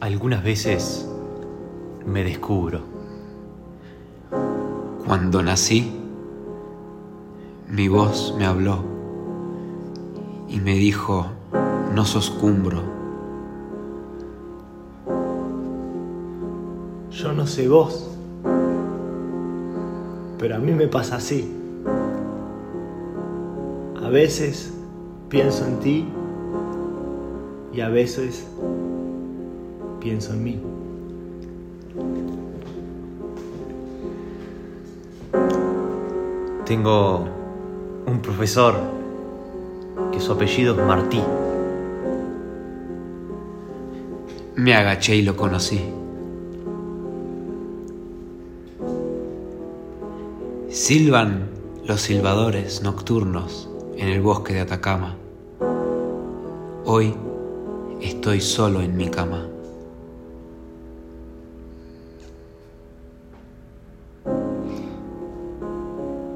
Algunas veces me descubro. Cuando nací, mi voz me habló y me dijo, no sos cumbro. Yo no sé vos, pero a mí me pasa así. A veces pienso en ti y a veces pienso en mí. Tengo un profesor que su apellido es Martí. Me agaché y lo conocí. Silban los silbadores nocturnos en el bosque de Atacama. Hoy estoy solo en mi cama.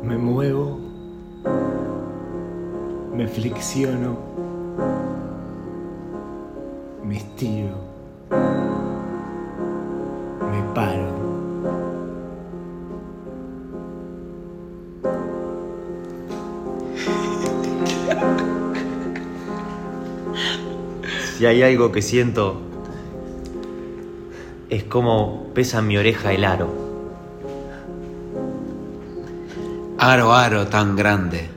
me muevo, me flexiono, me estiro, me paro. Si hay algo que siento, es como pesa en mi oreja el aro. Aro, aro tan grande.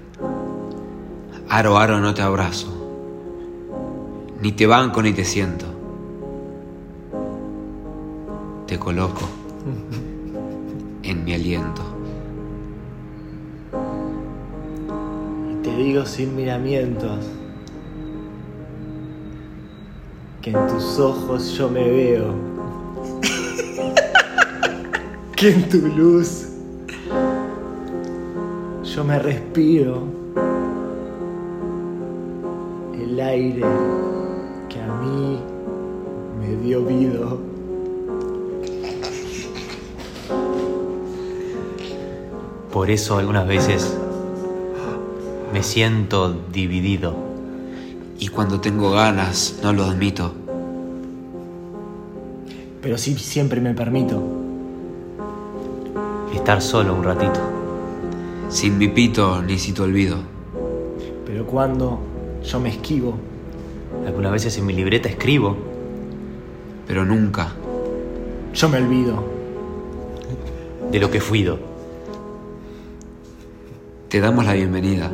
Aro, aro no te abrazo. Ni te banco ni te siento. Te coloco en mi aliento. Y te digo sin miramientos que en tus ojos yo me veo. que en tu luz yo me respiro el aire que a mí me dio vida. Por eso algunas veces me siento dividido. Y cuando tengo ganas, no lo admito. Pero sí siempre me permito Estar solo un ratito. Sin mi pito ni si te olvido. Pero cuando yo me esquivo, Algunas veces en mi libreta escribo. Pero nunca yo me olvido. de lo que fuido. te damos la bienvenida.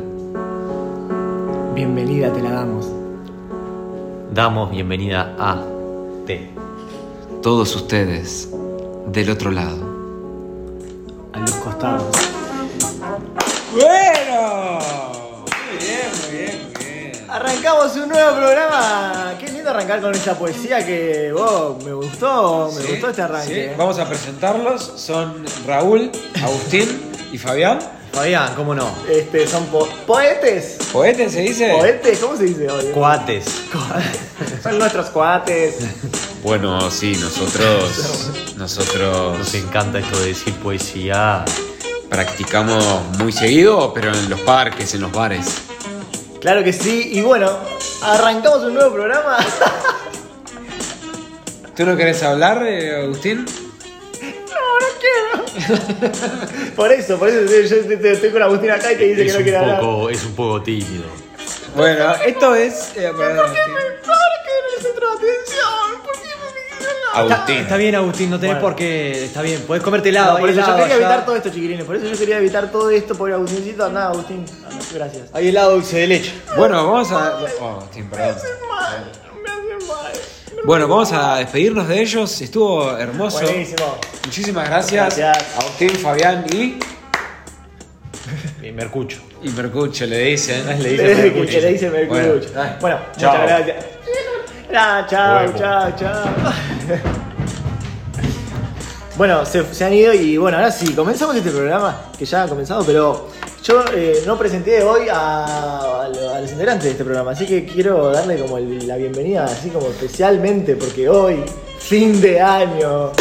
Bienvenida te la damos. Damos bienvenida a T. Todos ustedes del otro lado. A los costados. Bueno, muy bien, muy bien, muy bien. Arrancamos un nuevo programa. Qué lindo arrancar con esta poesía que wow, me gustó, me Sí, gustó este arranque. sí. Vamos a presentarlos. Son Raúl, Agustín y Fabián. Fabián, ¿cómo no? Este, son po- poetes. ¿Poetes se dice? Poetes, ¿cómo se dice hoy? Cuates. son nuestros cuates. Bueno, sí, nosotros. Nos Nosotros encanta esto de decir poesía. practicamos muy seguido, pero en los parques, en los bares. Claro que sí. Y bueno, arrancamos un nuevo programa. ¿Tú no querés hablar, eh, Agustín? por eso, por eso yo estoy- estoy estoy con Agustín acá y te dice que Es no quiere un, hablar. poco, es un poco tímido. Bueno, esto es. eh, para Agustín. Está, está bien, Agustín, no tenés Bueno. por qué. Está bien, podés comerte helado. No, por hay eso yo helado quería allá. evitar todo esto, chiquilines. Por eso yo quería evitar todo esto por Agustincito. Nada, Agustín. Ah, no, Gracias. Hay helado dulce de leche. Bueno, vamos a. Oh, Agustín, perdón. Bueno, vamos a despedirnos de ellos. Estuvo hermoso. Buenísimo. Muchísimas gracias, Gracias. Agustín, Fabián y. Y mercucho. Y Mercucho le dicen. Le dice Le dice mercucho. que le dice Mercurio. Bueno, Lucho. dale. Bueno, Chao. muchas gracias. Ah, chao, Huevo. chao, chao. Bueno, se, se han ido y bueno, ahora sí, comenzamos este programa que ya ha comenzado, pero yo eh, no presenté hoy a, a lo- a los integrantes de este programa, así que quiero darle como el- la bienvenida, así como especialmente, porque hoy, fin de año,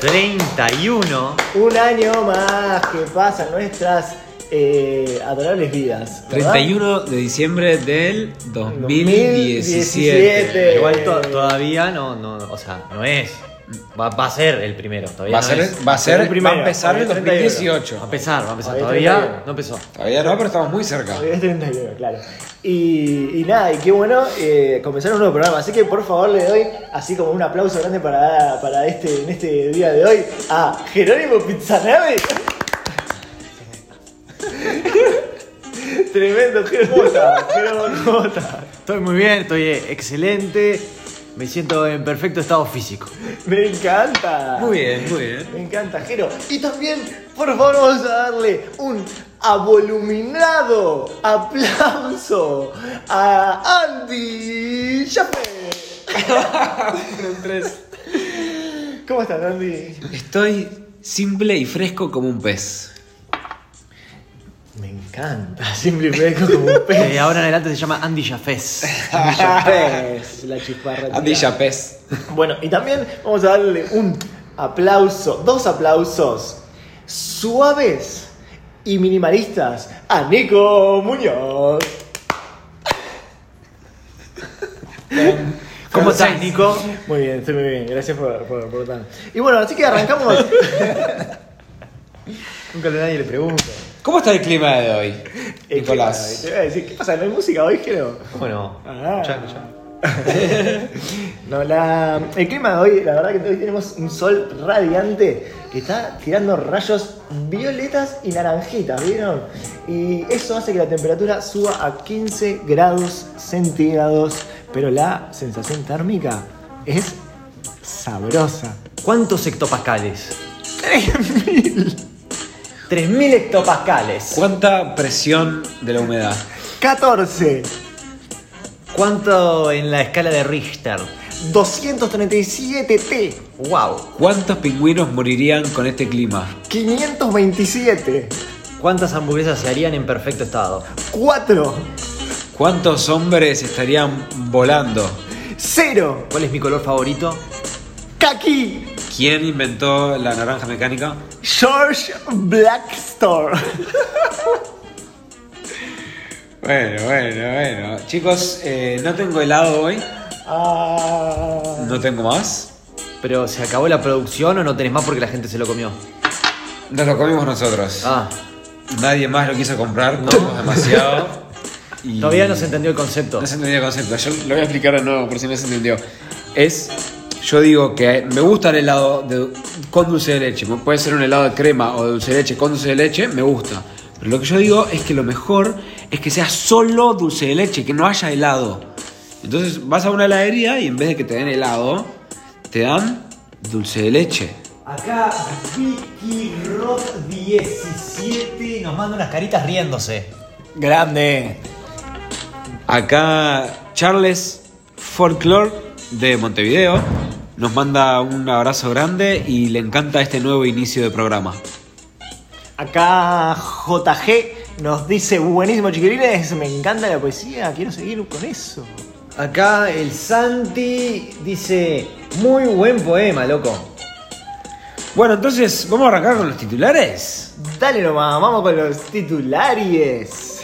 31. un año más que pasan nuestras eh, Adorables Vidas. ¿verdad? 31 de diciembre del 2017. 2017. Igual to- todavía no, no, o sea, no es. Va, va a ser el primero. Todavía Va a no ser, es. va a, ser, el primero, va a empezar hoy en es 31. 2018. Va a empezar, va a empezar. Todavía Todavía 31. no empezó. Todavía no, pero estamos muy cerca. Es 31, claro. Y, y nada, y qué bueno eh, comenzar un nuevo programa. Así que por favor le doy, así como un aplauso grande para, para este, en este día de hoy, a Jerónimo Pizzanave. Tremendo, Jerónimo Mota, Jerónimo Mota. Estoy muy bien, estoy eh, excelente. Me siento en perfecto estado físico. Me encanta. Muy bien, muy bien. Me encanta, Jero. Y también, por favor, vamos a darle un aboluminado aplauso a Andy Schaffer. ¿Cómo estás, Andy? Estoy simple y fresco como un pez. Me encanta, siempre me dejo como un pez. De Eh, ahora en adelante se llama Andy Jafés. Pez, la chisparra. Andy tirada. Chapés. Bueno, y también vamos a darle un aplauso, dos aplausos suaves y minimalistas a Nico Muñoz. ¿Cómo estás, Nico? Muy bien, estoy muy bien, gracias por, por, por tanto. Y bueno, así que arrancamos. Nunca le nadie le pregunta. ¿Cómo está el clima de hoy, Eh, Nicolás? ¿Qué, te voy a decir, ¿qué pasa? ¿No hay música hoy, creo? Bueno, Ah. ya, ya. No, la, el clima de hoy, la verdad que hoy tenemos un sol radiante que está tirando rayos violetas y naranjitas, ¿vieron? Y eso hace que la temperatura suba a 15 grados centígrados, pero la sensación térmica es sabrosa. ¿Cuántos hectopascales? 3000. 3000 hectopascales. ¿Cuánta presión de la humedad? 14, ¿Cuánto en la escala de Richter? 237 T, ¡Wow! ¿Cuántos pingüinos morirían con este clima? 527, ¿Cuántas hamburguesas se harían en perfecto estado? 4, ¿Cuántos hombres estarían volando? 0, ¿Cuál es mi color favorito? Kaki. ¿Quién inventó la naranja mecánica? George Blackstore. Bueno, bueno, bueno. Chicos, eh, no tengo helado hoy. Ah. No tengo más. ¿Pero se acabó la producción o no tenés más porque la gente se lo comió? Nos lo comimos nosotros. Ah, Nadie más lo quiso comprar, no, demasiado. Y todavía no se entendió el concepto. No se entendió el concepto. Yo lo voy a explicar de nuevo por si no se entendió. Es. Yo digo que me gusta el helado de- con dulce de leche. Puede ser un helado de crema o de dulce de leche con dulce de leche, me gusta. Pero lo que yo digo es que lo mejor es que sea solo dulce de leche, que no haya helado. Entonces vas a una heladería y en vez de que te den helado, te dan dulce de leche. Acá Vicky Rock 17 nos manda unas caritas riéndose. Grande. Acá Charles Folklore de Montevideo nos manda un abrazo grande y le encanta este nuevo inicio de programa. Acá JG nos dice, buenísimo chiquilines, me encanta la poesía, quiero seguir con eso. Acá el Santi dice, muy buen poema, loco. Bueno, entonces, ¿vamos a arrancar con los titulares? Dale nomás, vamos con los titulares.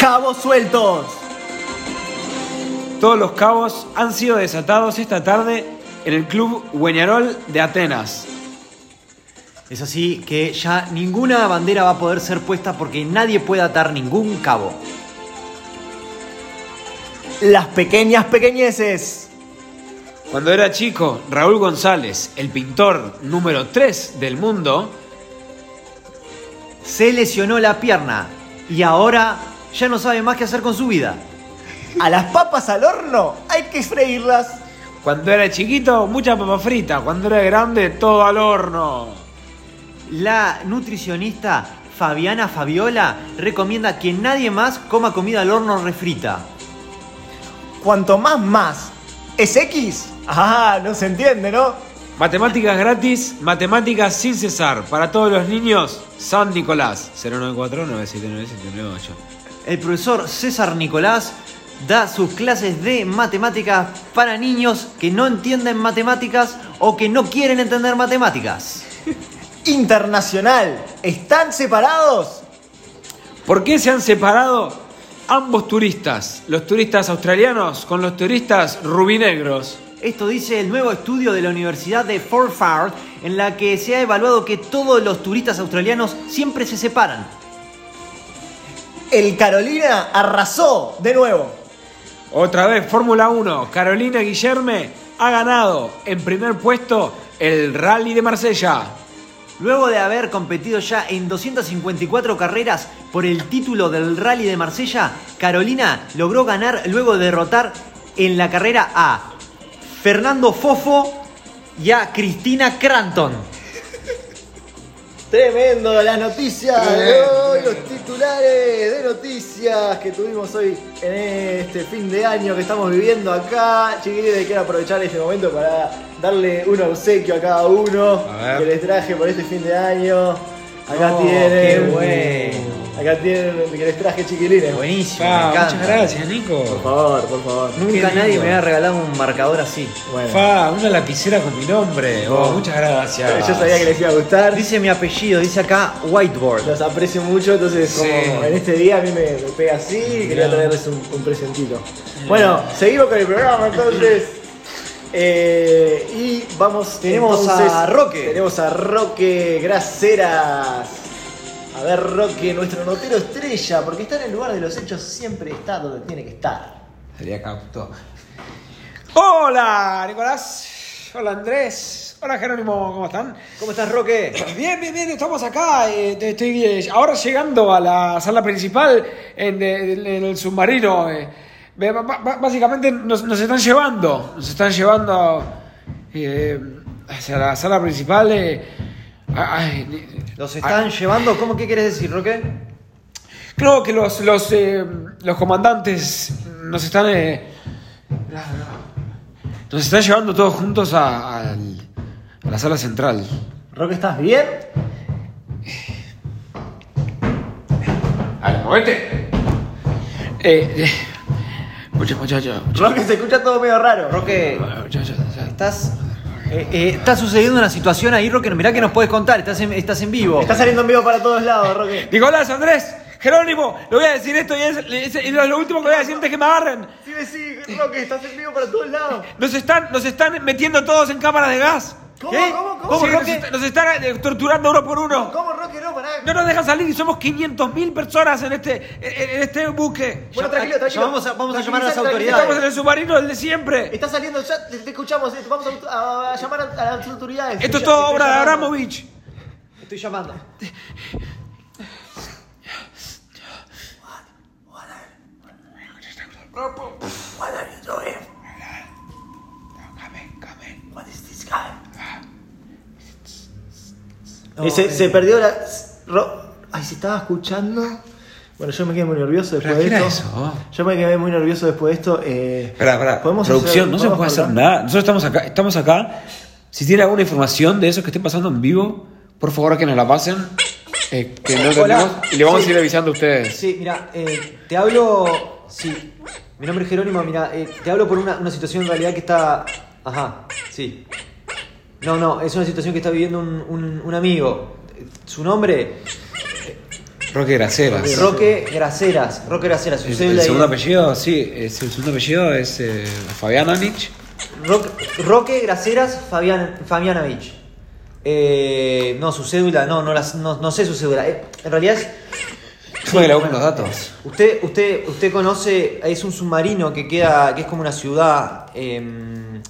Cabos sueltos. Todos los cabos han sido desatados esta tarde en el club Güeñarol de Atenas. Es así que ya ninguna bandera va a poder ser puesta porque nadie puede atar ningún cabo. Las pequeñas pequeñeces. Cuando era chico, Raúl González, el pintor número 3 del mundo, Se lesionó la pierna y ahora ya no sabe más qué hacer con su vida. A las papas al horno hay que freírlas. cuando era chiquito, mucha papa frita, cuando era grande, todo al horno. La nutricionista Fabiana Fabiola recomienda que nadie más coma comida al horno refrita. Cuanto más más es X. Ah, no se entiende, ¿no? Matemáticas gratis, matemáticas sin cesar. Para todos los niños, San Nicolás. 094 979 798. El profesor César Nicolás da sus clases de matemáticas para niños que no entienden matemáticas o que no quieren entender matemáticas. Internacional. ¿Están separados? ¿Por qué se han separado ambos turistas? Los turistas australianos con los turistas rubinegros. Esto dice el nuevo estudio de la Universidad de Forfar, en la que se ha evaluado que todos los turistas australianos siempre se separan. El Carolina arrasó de nuevo. Otra vez, Fórmula 1. Carolina Guillerme ha ganado en primer puesto el Rally de Marsella. Luego de haber competido ya en 254 carreras por el título del Rally de Marsella, Carolina logró ganar luego de derrotar en la carrera a Fernando Fofo y a Cristina Cranton. Tremendo las noticias de Tremendo. hoy, los titulares de noticias que tuvimos hoy en este fin de año que estamos viviendo acá. Chiquilines, quiero aprovechar este momento para darle un obsequio a cada uno A ver. que les traje por este fin de año. Acá No, tienen. Oh, qué bueno. Acá tienen que les traje chiquilines. Buenísimo, Fa, me muchas encanta. gracias, Por Nico. favor, por favor. Nunca Qué nadie lindo. me había regalado un marcador así. Bueno, Fa, una lapicera con mi nombre. Oh, muchas gracias. yo sabía que les iba a gustar. Dice mi apellido, dice acá Whiteboard. Los aprecio mucho, entonces Sí. como en este día a mí me, me pega así y quería traerles un, un presentito. Bueno, seguimos con el programa entonces. Eh, y vamos. Tenemos a entonces- Roque. Tenemos a Roque Graceras. A ver, Roque, nuestro notero estrella, porque está en el lugar de los hechos, siempre está donde tiene que estar. Sería capto. Hola, Nicolás. Hola, Andrés. Hola, Jerónimo. ¿Cómo están? ¿Cómo estás, Roque? Bien, bien, bien, estamos acá. eh, te- estoy eh, ahora llegando a la sala principal en, eh, en- en el submarino. eh. Ve- ba- ba- Básicamente nos, nos están llevando. Nos están llevando eh, hacia la sala principal. eh. Ay, ni- ¿Los ay, están llevando? ¿Cómo qué quieres decir, Roque? creo que los, los, eh, los comandantes nos están. eh, nos están llevando todos juntos a, al- a la sala central. Roque, ¿estás bien? ¡Al movete! Eh, eh, mucha- muchacho, Roque se escucha todo medio raro. Roque, muchacho, estás. eh, eh, está sucediendo una situación ahí, Roque. Mirá que nos puedes contar, estás en, estás en vivo. Está saliendo en vivo para todos lados, Roque. Nicolás, Andrés, Jerónimo, le voy a decir esto y es, es- y lo, lo último que voy a decirte es que me agarren. Sí, sí, Roque, estás en vivo para todos lados. Nos están, nos están metiendo todos en cámaras de gas. ¿Cómo, ¿Qué? cómo, cómo, Sí, nos, Roque? est- nos están eh, torturando uno por uno. ¿Cómo, Roque? No, pará. No nos dejan salir y somos 500.000 personas en este, en- en este buque. Bueno, tranquilo, tranquilo. Ya vamos a- vamos a llamar a las Tranquilizate, autoridades. Estamos tranquilizate. en el submarino, el de siempre. Está saliendo, ya te, te escuchamos, eh, vamos a, a- a llamar a, a las autoridades. Esto es Ya- todo te obra de llamamos. Abramovich. Estoy llamando. What are you doing? What is this guy? Eh, se, se perdió la... Ro- Ay, se estaba escuchando. Bueno, yo me quedé muy nervioso después de ¿qué esto. era eso? Yo me quedé muy nervioso después de esto. Eh, Espera, espera. ¿podemos Producción, hacer- no se podemos puede hacer cortar? nada. Nosotros estamos acá, estamos acá. Si tienen alguna información de eso que esté pasando en vivo, por favor que nos la pasen. eh, que Hola. no entendemos. Y le vamos Sí. a ir avisando a ustedes. Sí, mira, eh, te hablo. Sí, mi nombre es Jerónimo, mira, eh, te hablo por una, una situación en realidad que está. Ajá, sí. No, no, es una situación que está viviendo un, un- un amigo. Eh, Su nombre, eh, Roque Graceras. Roque Graceras. Roque Graceras, su El, el cédula segundo y- apellido, sí, es, el segundo apellido es eh, Fabián Anich. Roque, Roque Graceras Fabián, Fabianovich. Eh, no, su cédula, no, no, las, no, no sé su cédula. Eh, en realidad es. Déjame que le hago con los datos. Usted, usted, usted conoce, es un submarino que queda, que es como una ciudad. em,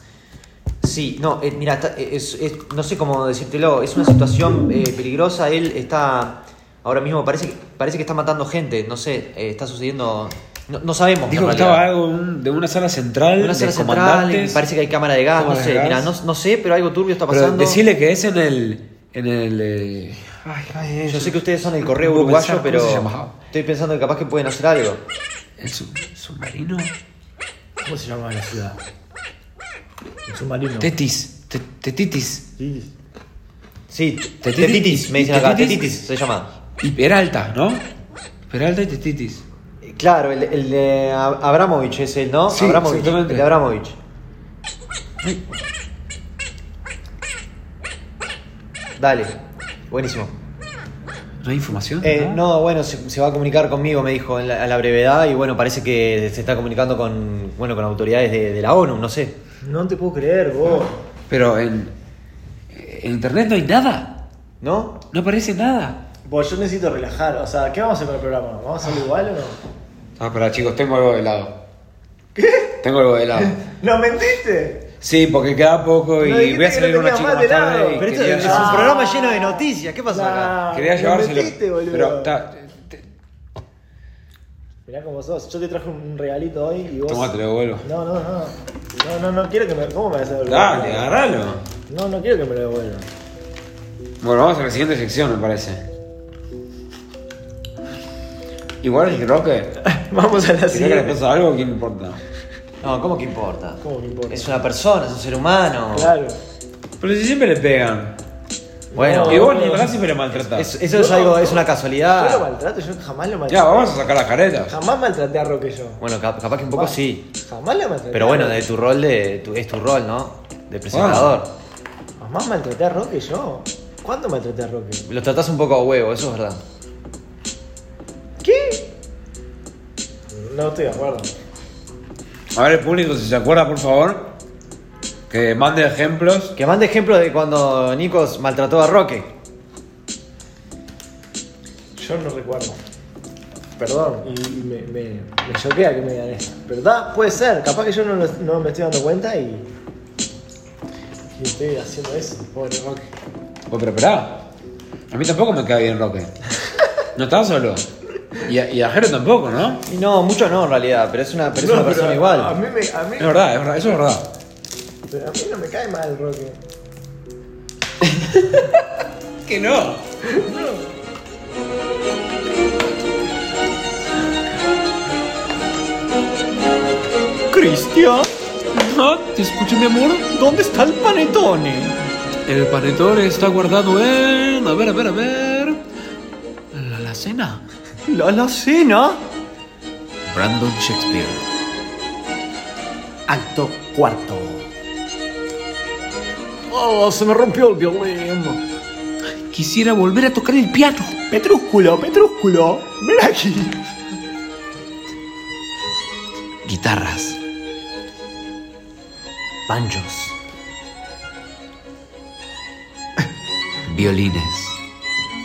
sí, no, eh, mira, está- eh, es- es- no sé cómo decírtelo, es una situación eh, peligrosa. Él está, ahora mismo parece, que- parece que está matando gente, no sé, eh, está sucediendo, no, no sabemos. Dijo en que realidad. estaba algo un- de una sala central, Una sala de central, y comandantes. parece que hay cámara de gas, no Cámara de sé, gas. mira, no, no sé, pero algo turbio está Pero pasando. decirle que es en el. En el eh, ay, ay, Yo el- sé que ustedes son el correo no puedo uruguayo, pensar, pero ¿cómo se llamaba? estoy pensando que capaz que pueden hacer algo. El su- submarino. ¿Cómo se llama la ciudad? El submarino. Tetis. te- tetitis. Sí. Sí, Tetitis. tetitis, me dicen acá, Tetitis. tetitis se llama. Y Peralta, ¿no? Peralta y Tetitis. Eh, Claro, el, el de Ab- Abramovich es él, ¿no? Sí, Abramovich, exactamente. el de Abramovich. Dale, buenísimo. ¿No hay información? Eh, no, bueno, se, se va a comunicar conmigo, me dijo, en la- a la brevedad, y bueno, parece que se está comunicando con, bueno, con autoridades de, de la ONU, no sé. No te puedo creer, vos. Pero en, en internet no hay nada. ¿No? No aparece nada. Vos, Pues yo necesito relajar. O sea, ¿qué vamos a hacer para el programa? ¿Vamos a hacerlo igual o no? Ah, pero chicos, tengo algo de helado. ¿Qué? Tengo algo de helado. ¡No mentiste! Sí, porque queda poco y No, dijiste voy a que salir no con una tenías chica más más de helado. tarde. y Pero esto quería- es Ah. un programa lleno de noticias, ¿qué pasó acá? Nah, Quería no llevárselo. mentiste, boludo. pero ta- te- Mirá cómo sos. Yo te traje un regalito hoy y vos. Tomá, te lo vuelvo. No, no, no. No, no, no quiero que me. ¿Cómo me vas a devolver? Dale, agárralo. No, no quiero que me lo devuelvan. Bueno, vamos a la siguiente sección, me parece. Igual el Roque. Vamos a la Si no que le siguiente. pasa algo, ¿qué importa? No, ¿cómo que importa? ¿Cómo que importa? Es una persona, es un ser humano. Claro. Pero si siempre le pegan. Bueno, No, Y vos, no. Nicolás, siempre le maltratás. es- eso es algo, es una Ah. Yo lo casualidad. maltrato, yo jamás lo maltraté. Ya, vamos a sacar las caretas. Jamás maltraté a Roque yo. Bueno, cap- capaz que un poco sí. Jamás lo maltraté. Pero a bueno, Roque. de tu rol de tu- es tu rol, ¿no? De presentador. Jamás maltraté a Roque yo. ¿Cuándo maltraté a Roque? Lo tratás un poco a huevo, eso es verdad. ¿Qué? No estoy de acuerdo. A ver, el público, si se acuerda, por favor, que mande ejemplos. Que mande ejemplos de cuando Nicos maltrató a Roque. Yo no recuerdo. Perdón, y y me, me, me choquea que me digan eso. Pero da, puede ser, capaz que yo no, lo- no me estoy dando cuenta y. Y estoy haciendo eso, pobre Roque. Vos, Pues, pero esperá. A mí tampoco me cae bien Roque. No estás solo. Y a, y a Jero tampoco, ¿no? Y no, mucho no en realidad, pero es una, pero es No, una persona pero igual. A mí, me, a, mí, Es verdad, es verdad, eso es verdad. pero a mí no me cae mal Roque. Que no. Cristian, ¿Te escucho, mi amor? ¿dónde está el panetone? El panetón está guardado en. A ver, a ver, a ver. La, la cena. La, la cena. Brandon Shakespeare. Acto cuarto. Ah, Oh, se me rompió el violín. Quisiera volver a tocar el piano. Petrúsculo, Petrúsculo, ven aquí. Guitarras. Panchos. Violines.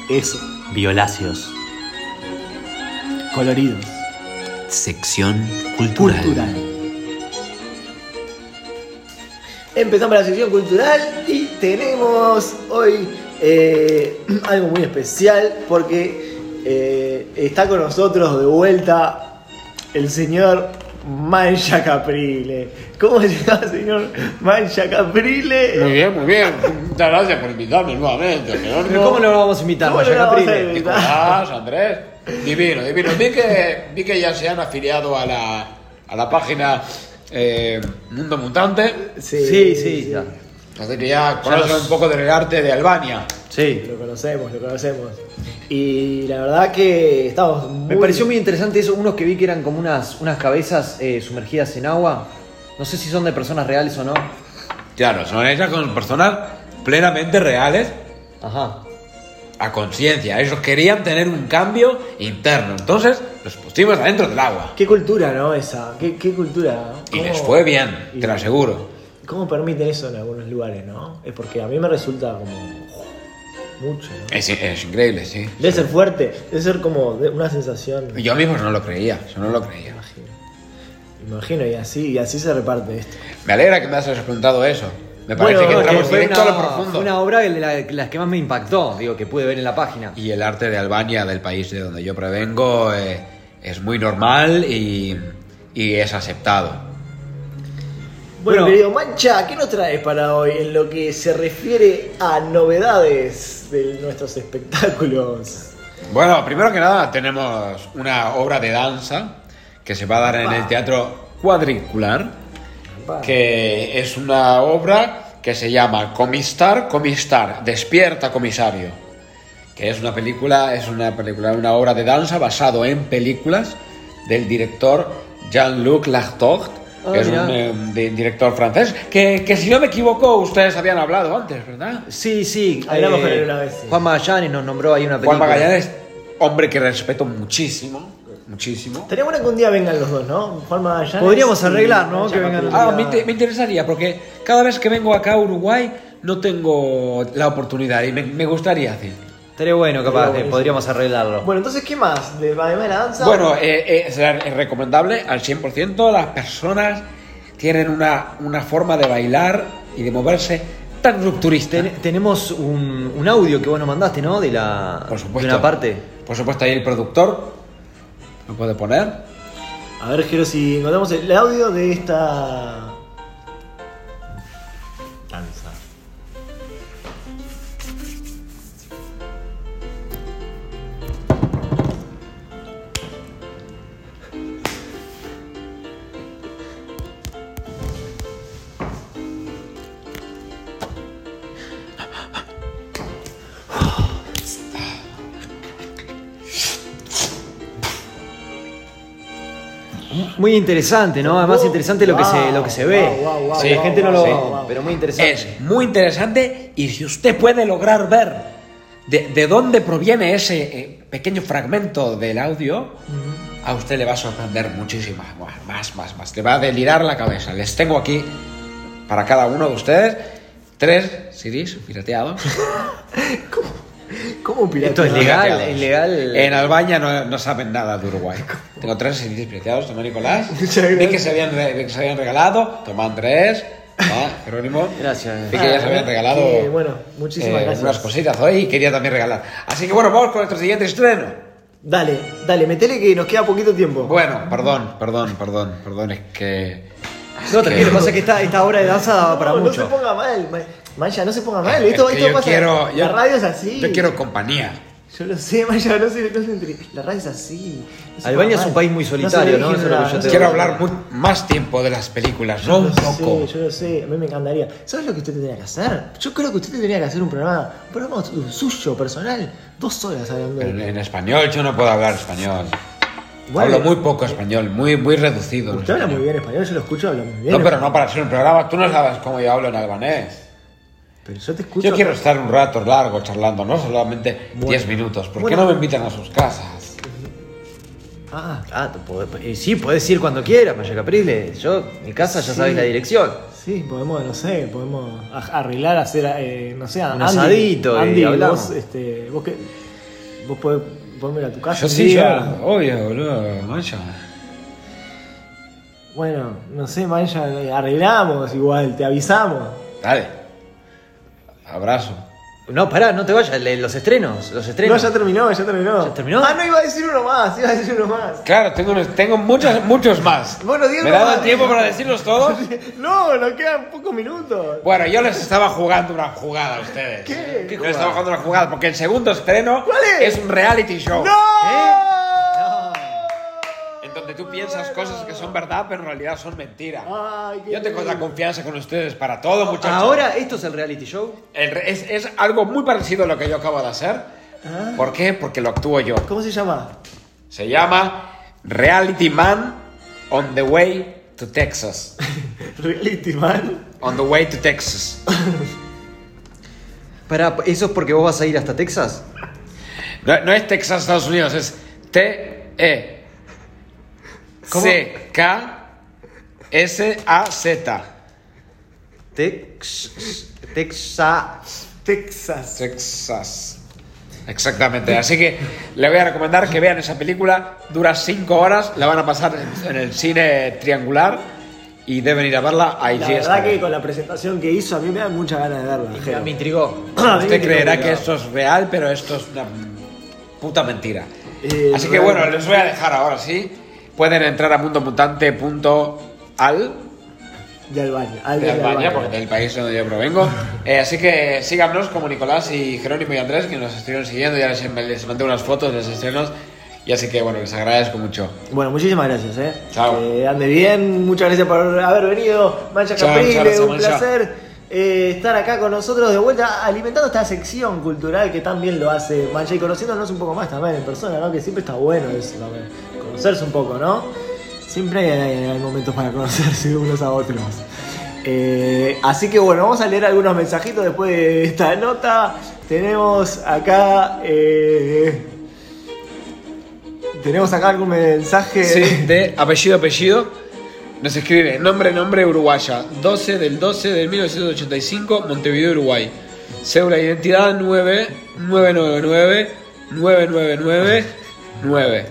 Eso, Violáceos. coloridos. Sección Empezamos la sección cultural y tenemos hoy eh, algo muy especial porque eh, está con nosotros de vuelta el señor Mancha Caprile. ¿Cómo se llama, señor Mancha Muy Caprile? bien, muy bien. Muchas gracias por invitarme nuevamente, Pero Gerardo. ¿cómo lo vamos a invitar, ¿Cómo lo Maya vamos a Caprile? invitar? Nicolás, Andrés. Divino, divino. Vi que, vi que ya se han afiliado a la, a la página eh, Mundo Mutante. Sí, sí, ya. Así que ya conocen un poco del arte de Albania. Sí. Lo conocemos, lo conocemos. Y la verdad que estamos muy... Me pareció muy interesante eso, unos que vi que eran como unas, unas cabezas eh, sumergidas en agua. No sé si son de personas reales o no. Claro, son ellas con personas plenamente reales Ajá. a conciencia. Ellos querían tener un cambio interno. Entonces los pusimos adentro del agua. Qué cultura, ¿no? Esa, qué, qué cultura. Y ¿Cómo- les fue bien, Oh. y- te lo aseguro. ¿Cómo permiten eso en algunos lugares, no? Es porque a mí me resulta como. mucho, ¿no? Es, es increíble, sí. Debe ser fuerte, debe ser como de- una sensación. Yo mismo no lo creía, yo no lo creía. Imagino. Imagino, y así, y así se reparte esto. Me alegra que me hayas preguntado eso. Me parece Bueno, que no, entramos que directo a lo fue profundo. una obra de la- las que más me impactó, digo, que pude ver en la página. Y el arte de Albania, del país de donde yo provengo, eh, es muy normal y, y es aceptado. Bueno, Bueno. querido Mancha, ¿qué nos traes para hoy en lo que se refiere a novedades de nuestros espectáculos? Bueno, primero que nada tenemos una obra de danza que se va a dar en el Teatro Cuadricular, Papá. que es una obra que se llama Comistar, Comistar, Despierta Comisario, que es una película, es una película, una obra de danza basado en películas del director Jean-Luc Lachtocht, Ah, que es un mirá. eh, de- director francés, que, que si no me equivoco ustedes habían hablado antes, ¿verdad? Sí, sí. eh, Hablamos con él una vez, sí. Juan Magallanes nos nombró ahí una película. Juan Magallanes, hombre que respeto muchísimo, muchísimo. Estaría bueno que un día vengan los dos, ¿no? Juan Magallanes. Podríamos y arreglar, ¿no? Nacha Que vengan- Patricia. Ah, me, inter- me interesaría, porque cada vez que vengo acá a Uruguay no tengo la oportunidad y me, me gustaría hacerlo. Estaría bueno, capaz. buenísimo. eh, podríamos arreglarlo. Bueno, entonces, ¿qué más? De, además de la danza. Bueno, eh, eh, será- es recomendable al 100%. Las personas tienen una, una forma de bailar y de moverse tan rupturista. Ten- tenemos un, un audio que vos nos mandaste, ¿no? De la Por supuesto. de una parte. Por supuesto, ahí el productor lo puede poner. A ver, Jero, si encontramos el audio de esta. Danza. Muy interesante, ¿no? Además interesante lo que se lo que se ve. Wow, wow, wow, Sí, la wow, gente no lo wow, ve, wow. pero muy interesante. Es muy interesante y si usted puede lograr ver de, de dónde proviene ese eh, pequeño fragmento del audio, a usted le va a sorprender muchísimo. Más, más, más, más. Le va a delirar la cabeza. Les tengo aquí para cada uno de ustedes tres CDs pirateados. ¿Cómo Esto pirata? es legal, es legal. En Albania no, no saben nada de Uruguay. Tengo tres CDs pirateados, tomó Nicolás. Muchas Vi que gracias. se habían, re- vi que se habían regalado, tomó Andrés, tomá Jerónimo. Gracias. Vi que ya se habían regalado Sí, bueno, muchísimas eh, gracias. unas cositas hoy y quería también regalar. Así que bueno, vamos con nuestro siguiente estreno. Dale, dale, metele que nos queda poquito tiempo. Bueno, perdón, perdón, perdón, perdón, es que... No, tranquilo, lo que pasa es que esta, esta obra de danza daba No, Ah, para no mucho. se ponga mal, Ma- Maya, no se ponga mal. es Esto, que esto yo pasa. quiero- yo- la radio es así. Yo quiero compañía. Yo lo sé, Maya, no se, no se entre- La radio es así. No se Albania ponga es un mal. país muy se solitario, le ¿no? Eso dejen es lo que hablar, yo no te- se Quiero le- hablar mu- más tiempo de las películas, no Yo lo un poco. sé, yo lo sé, a mí me encantaría. ¿Sabes lo que usted tendría que hacer? Yo creo que usted tendría que hacer un programa, un programa su- suyo, personal, dos horas hablando En, de. en español yo no puedo hablar español. Bueno, Hablo muy poco español, muy, muy reducido. en Usted habla español. muy bien español, yo lo escucho, habla muy bien. No, pero no para hacer un programa. Tú no sabes cómo yo hablo en albanés. Pero yo te escucho. Yo quiero estar un rato largo charlando, no solamente 10 Bueno. minutos. ¿Por Bueno. qué no me invitan a sus casas? Ah, Ah, te podés- eh, sí, podés ir cuando quieras, Maya Capriles. Yo, mi casa, ya Sí. sabés la dirección. sí, podemos, no sé, podemos aj- arreglar, hacer, eh, no sé, Un asadito y Andy, hablamos. vos, este, vos que. Vos podés, podés ir a tu casa. Yo un sí, yo. día. Obvio, boludo, mancha. Bueno, no sé, Maya, eh, arreglamos igual, te avisamos. Dale. Abrazo. No, pará, no te vayas. le- Los estrenos, los No, estrenos. ya terminó, ya terminó. ¿Ya terminó? Ah, no, iba a decir uno más, iba a decir uno más. Claro, tengo, unos- tengo muchos, muchos más. Bueno, Diego, ¿Me da vale. tiempo para decirlos todos? No, nos quedan pocos minutos. Bueno, yo les estaba jugando una jugada a ustedes. ¿Qué? ¿Qué Yo les estaba jugando una jugada porque el segundo estreno ¿Cuál es? un reality show. ¡No! En donde tú piensas Bueno. cosas que son verdad, pero en realidad son mentiras. Ay, qué Yo tengo lindo. la confianza con ustedes para todo, muchachos. Ahora, esto es el reality show. El re- es, es algo muy parecido a lo que yo acabo de hacer. Ah. ¿Por qué? Porque lo actúo yo. ¿Cómo se llama? Se llama Reality Man on the Way to Texas. Reality Man. On the Way to Texas. Pará, ¿eso es porque vos vas a ir hasta Texas? No, no es Texas, Estados Unidos, es E. T-E. C-K-S-A-Z. Tex... Texas... Texas. Texas. Exactamente, así que le voy a recomendar que vean esa película, dura 5 horas, la van a pasar en- en el cine triangular y deben ir a verla a La IGS. verdad que con la presentación que hizo a mí me dan muchas ganas de verla. Jero. Me intrigó. A mí me Usted creerá quedó que pegado. esto es real, pero esto es una puta mentira. Eh, Así que realmente. bueno, les voy a dejar ahora sí. Pueden entrar a mundomutante.al De Albania. de alguien de Albania, Albania. porque del país donde yo provengo. Eh, así que síganos como Nicolás y Jerónimo y Andrés, que nos estuvieron siguiendo. Ya les, les mandé unas fotos de los estrenos. Y así que bueno, les agradezco mucho. Bueno, muchísimas gracias, eh. Chao. Que ande bien, muchas gracias por haber venido. Mancha Chao, Caprile, muchas gracias, un Mancha. placer. eh, estar acá con nosotros de vuelta, alimentando esta sección cultural que también lo hace Mancha y conociéndonos un poco más también en persona, ¿no? Que siempre está bueno eso también, conocerse un poco, ¿no? Siempre hay, hay momentos para conocerse unos a otros. Eh, así que bueno, vamos a leer algunos mensajitos después de esta nota. Tenemos acá. eh, tenemos acá algún mensaje. Sí, de apellido apellido. Nos escribe nombre nombre uruguaya. 12 del 12 del 1985, Montevideo, Uruguay. Cédula de identidad 9 999 999 9.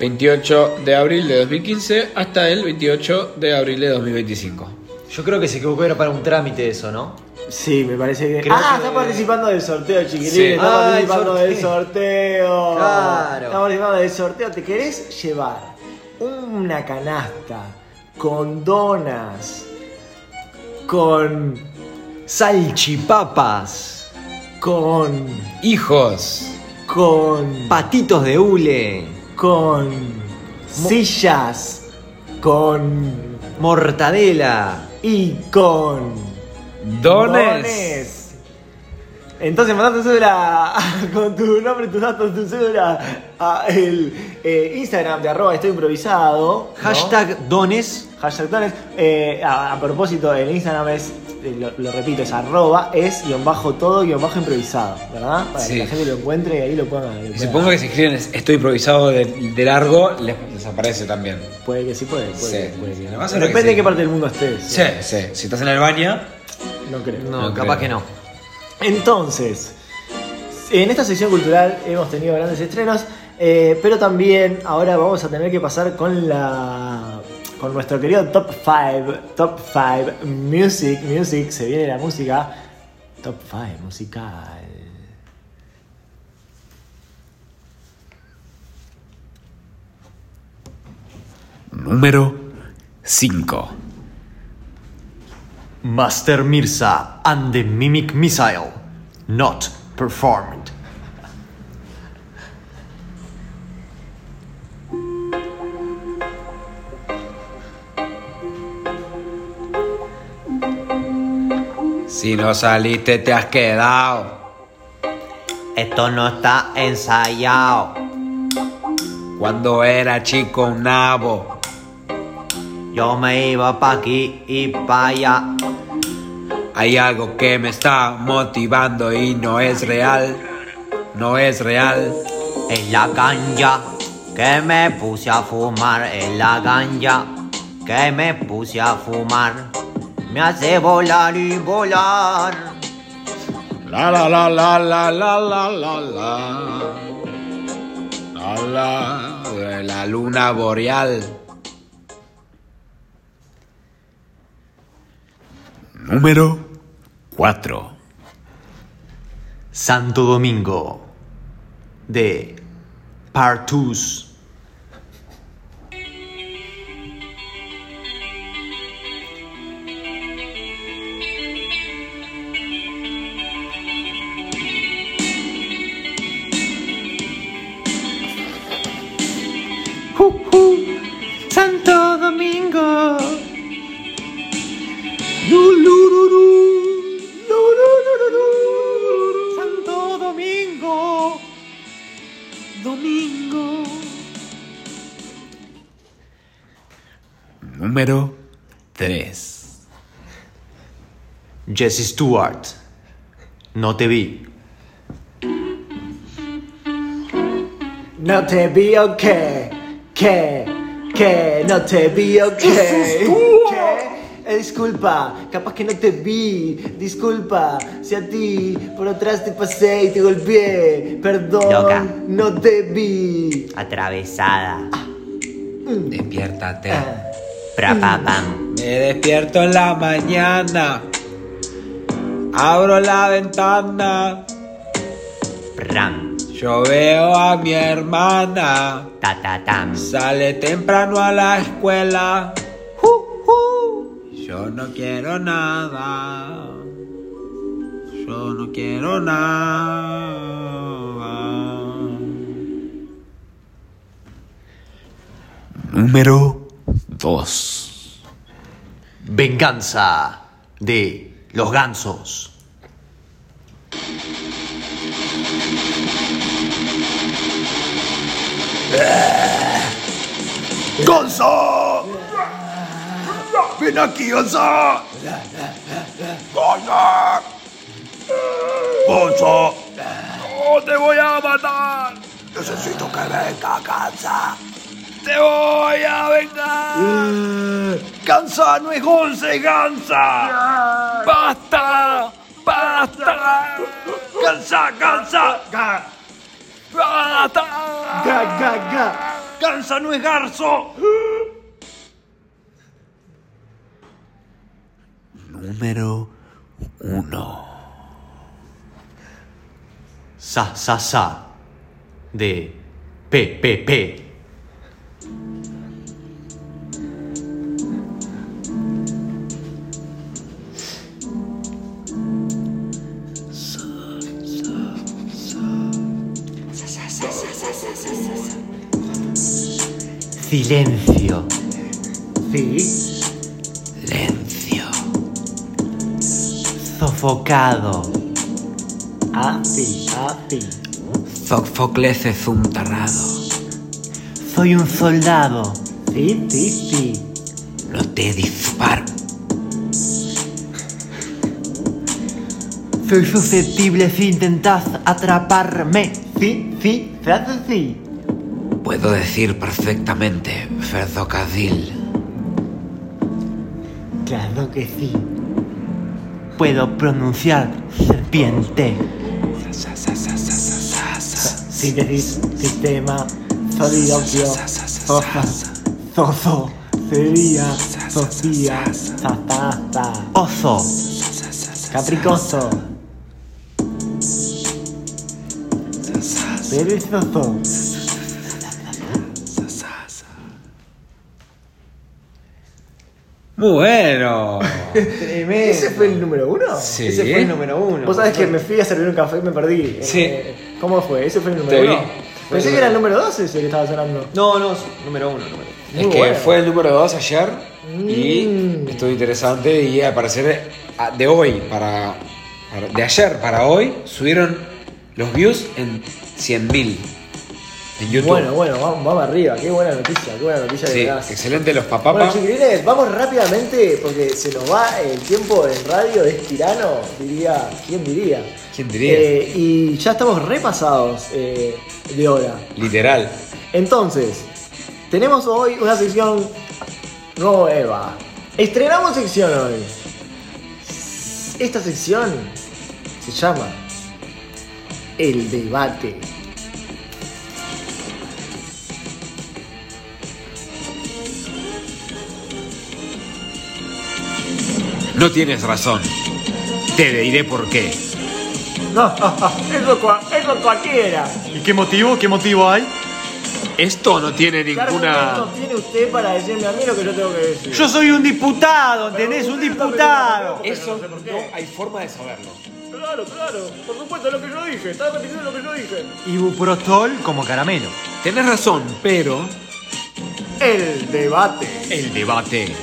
28 de abril de 2015 hasta el 28 de abril de 2025. Yo creo que se equivocó, era para un trámite eso, ¿no? Sí, me parece que. Creo ah, que- está participando del sorteo, chiquilín. Sí. Está Ah, el participando del sorteo. sorteo. Claro. Está participando del sorteo. ¿Te querés llevar una canasta con donas, con. Salchipapas, con. Hijos. con. patitos de hule, con. sillas, con. mortadela. y con. Dones. Entonces mandá tu cédula con tu nombre, tus datos, tu cédula a el eh, Instagram de arroba estoy improvisado. ¿no? Hashtag dones. Hashtag dones. Eh, a, a propósito, el Instagram es, eh, lo, lo repito, es arroba es guión bajo todo guión bajo improvisado, ¿verdad? Para Sí. que la gente lo encuentre y ahí lo ponga. lo Y pueda- supongo que si escriben estoy improvisado de, de largo, les, les aparece también. Puede que sí, puede, puede, Sí. que- puede que no. Lo más seguro Depende que de sí. qué parte del mundo estés. Sí, sí. Si estás en Albania, No creo. No, No capaz creo. que no. Entonces, en esta sección cultural hemos tenido grandes estrenos, eh, pero también ahora vamos a tener que pasar con la con nuestro querido top 5, top 5 music, music, se viene la música top 5 musical. Número 5. Master Mirza and the Mimic Missile. Not performed. Si no saliste, te has quedado. Esto no está ensayado. Cuando era chico, un nabo. Yo me iba pa' aquí y pa' allá. Hay algo que me está motivando y no es real. No es real. En la ganja que me puse a fumar. En la ganja que me puse a fumar. Me hace volar y volar. La la la la la la la la la. La la. La luna boreal. Número 4. Santo Domingo de Partus. Santo Domingo. Lulururú. Lulururú. Santo Domingo. Domingo. Número 3. Jesse Stewart. No te vi. No te vi o qué, que, que, no te vi o qué, que. Eh, Disculpa, capaz que no te vi. Disculpa, si a ti por atrás te pasé y te golpeé. Perdón, Loca. no te vi. Atravesada. Despiértate. Ah, Prapapam. Me despierto en la mañana. Abro la ventana. Pram. Yo veo a mi hermana. Tatatam. Sale temprano a la escuela. Yo no quiero nada. Yo no quiero nada. Número 2. Venganza de Los gansos. ¡Gonzo! ¡Ven aquí, Gonzo! ¡Gonzo! ¡Gonzo! ¡No, te voy a matar! Necesito que venga, Gansa. ¡Te voy a vengar! ¡Gansa no es Gonzo, es Gansa! ¡Basta! ¡Basta! ¡Gansa, Gansa! ¡Basta! Ga, ga, ga. ¡Gansa no es Garzo! Número uno. Sa, sa, sa. De P, P, P. Silencio. Sí. Silencio. Sofocado. Así, así. Sofocles es un tarrado. Soy un soldado. Sí, sí, sí. No te disparo. Soy susceptible si intentas atraparme. Sí, sí, se hace sí. Puedo decir perfectamente ferrocadil. Claro que sí. Puedo pronunciar serpiente. Sa, sa, sa, sa, sa, sa, sa. Síntesis, sistema, solidoquio, soja, soso, sería, sofía, zapata, Oso. capricoso, perezoso. Muy bueno. ¿Ese fue el número uno? Sí. Ese fue el número uno. Vos sabés que me fui a servir un café y me perdí. Sí. Eh, ¿Cómo fue? ¿Ese fue el número Te vi. uno? Pensé que era el número dos ese que estaba sonando. No, no, número uno, número uno. Es Muy que bueno. fue el número 2 ayer y Mm. estuvo interesante y al parecer a- de hoy para, para- de ayer para hoy subieron los views en 100.000 en YouTube. Bueno, bueno, vamos, vamos arriba. Qué buena noticia, qué buena noticia sí, de verdad. excelente los papás. Bueno, chiquilines, vamos rápidamente porque se nos va el tiempo en radio, es tirano, diría, ¿quién diría? ¿Quién diría? Eh, y ya estamos repasados eh, de hora. literal. Entonces, tenemos hoy una sección nueva. Estrenamos sección hoy. Esta sección se llama El debate. No tienes razón. Te diré por qué. eso, cua- eso cualquiera. ¿Y qué motivo? ¿Qué motivo hay? Esto no tiene ¿Qué argumento tiene usted para decirme a mí lo que yo tengo que decir? Yo soy un diputado, ¿entendés? Un diputado. Eso no hay forma de saberlo. Claro, claro, por supuesto, lo que yo dije, estaba repitiendo lo que yo dije. Ibuprostol como caramelo. Tenés razón, pero El debate. el debate.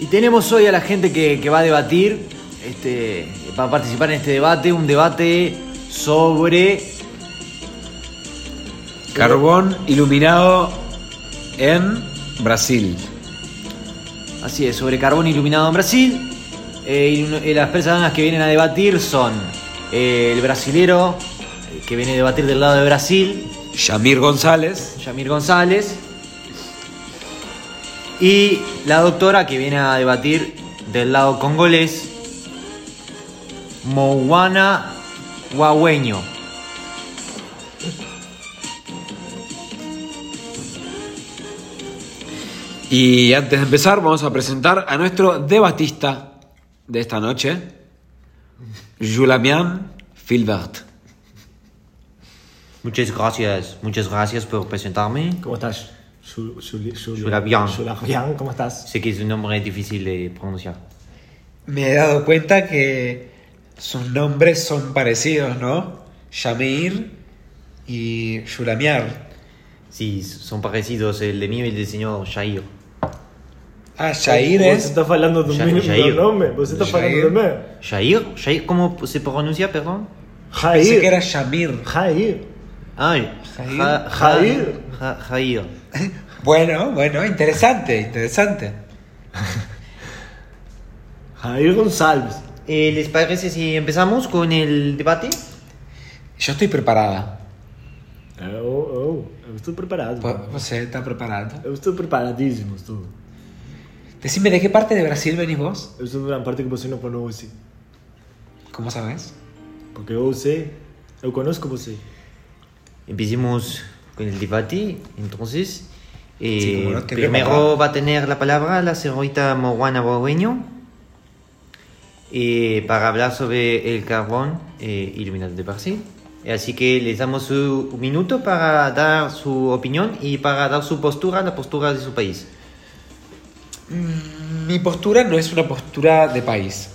Y tenemos hoy a la gente que, que va a debatir, este, va a participar en este debate, un debate sobre Carbón iluminado en Brasil. Así es, sobre carbón iluminado en Brasil. Eh, y uno- eh, las personas que vienen a debatir son eh, el brasilero, eh, que viene a debatir del lado de Brasil, Yamir González. Yamir González, y la doctora que viene a debatir del lado congolés, Mouana Guagüeño. Y antes de empezar, vamos a presentar a nuestro debatista de esta noche, Julamian Filbert. Muchas gracias, muchas gracias por presentarme. ¿Cómo estás? Yu- Yuli- Yuli- Yulabian. Yulabian, ¿cómo estás? Sé que es un nombre difícil de pronunciar. Me he dado cuenta que sus nombres son parecidos, ¿no? Yamir y Yulamiar. Sí, son parecidos el de mí y el del señor Jair. Ah, Jair Vos es. estás falando de Ya- un Jair. nombre, vos estás falando de mí. Jair, Jair, ¿cómo se pronuncia, perdón? Pensé que era Jair. Yamir. Jair. Ay, Jair. Ja- Ja- Jair. Ja- Jair. Bueno, bueno, interesante, interesante. Jair González. Eh, ¿Les parece si empezamos con el debate? Yo estoy preparada. Eh, Oh, oh, eu estou preparado. Vo- ¿Vos está preparado? Eu estou preparadíssimo, estou. Decime, ¿de qué parte de Brasil venís vos? Eu estou na parte que você não conhece. ¿Cómo sabés? Porque eu sei, eu conheço você. Empecemos con el debate, entonces. Eh, Sí, como no, te veo primero preparado. va a tener la palabra la señorita Morwana Borgueño eh, para hablar sobre el carbón eh, iluminado de Brasil. Eh, Así que les damos su- un minuto para dar su opinión y para dar su postura, la postura de su país. Mm, Mi postura no es una postura de país.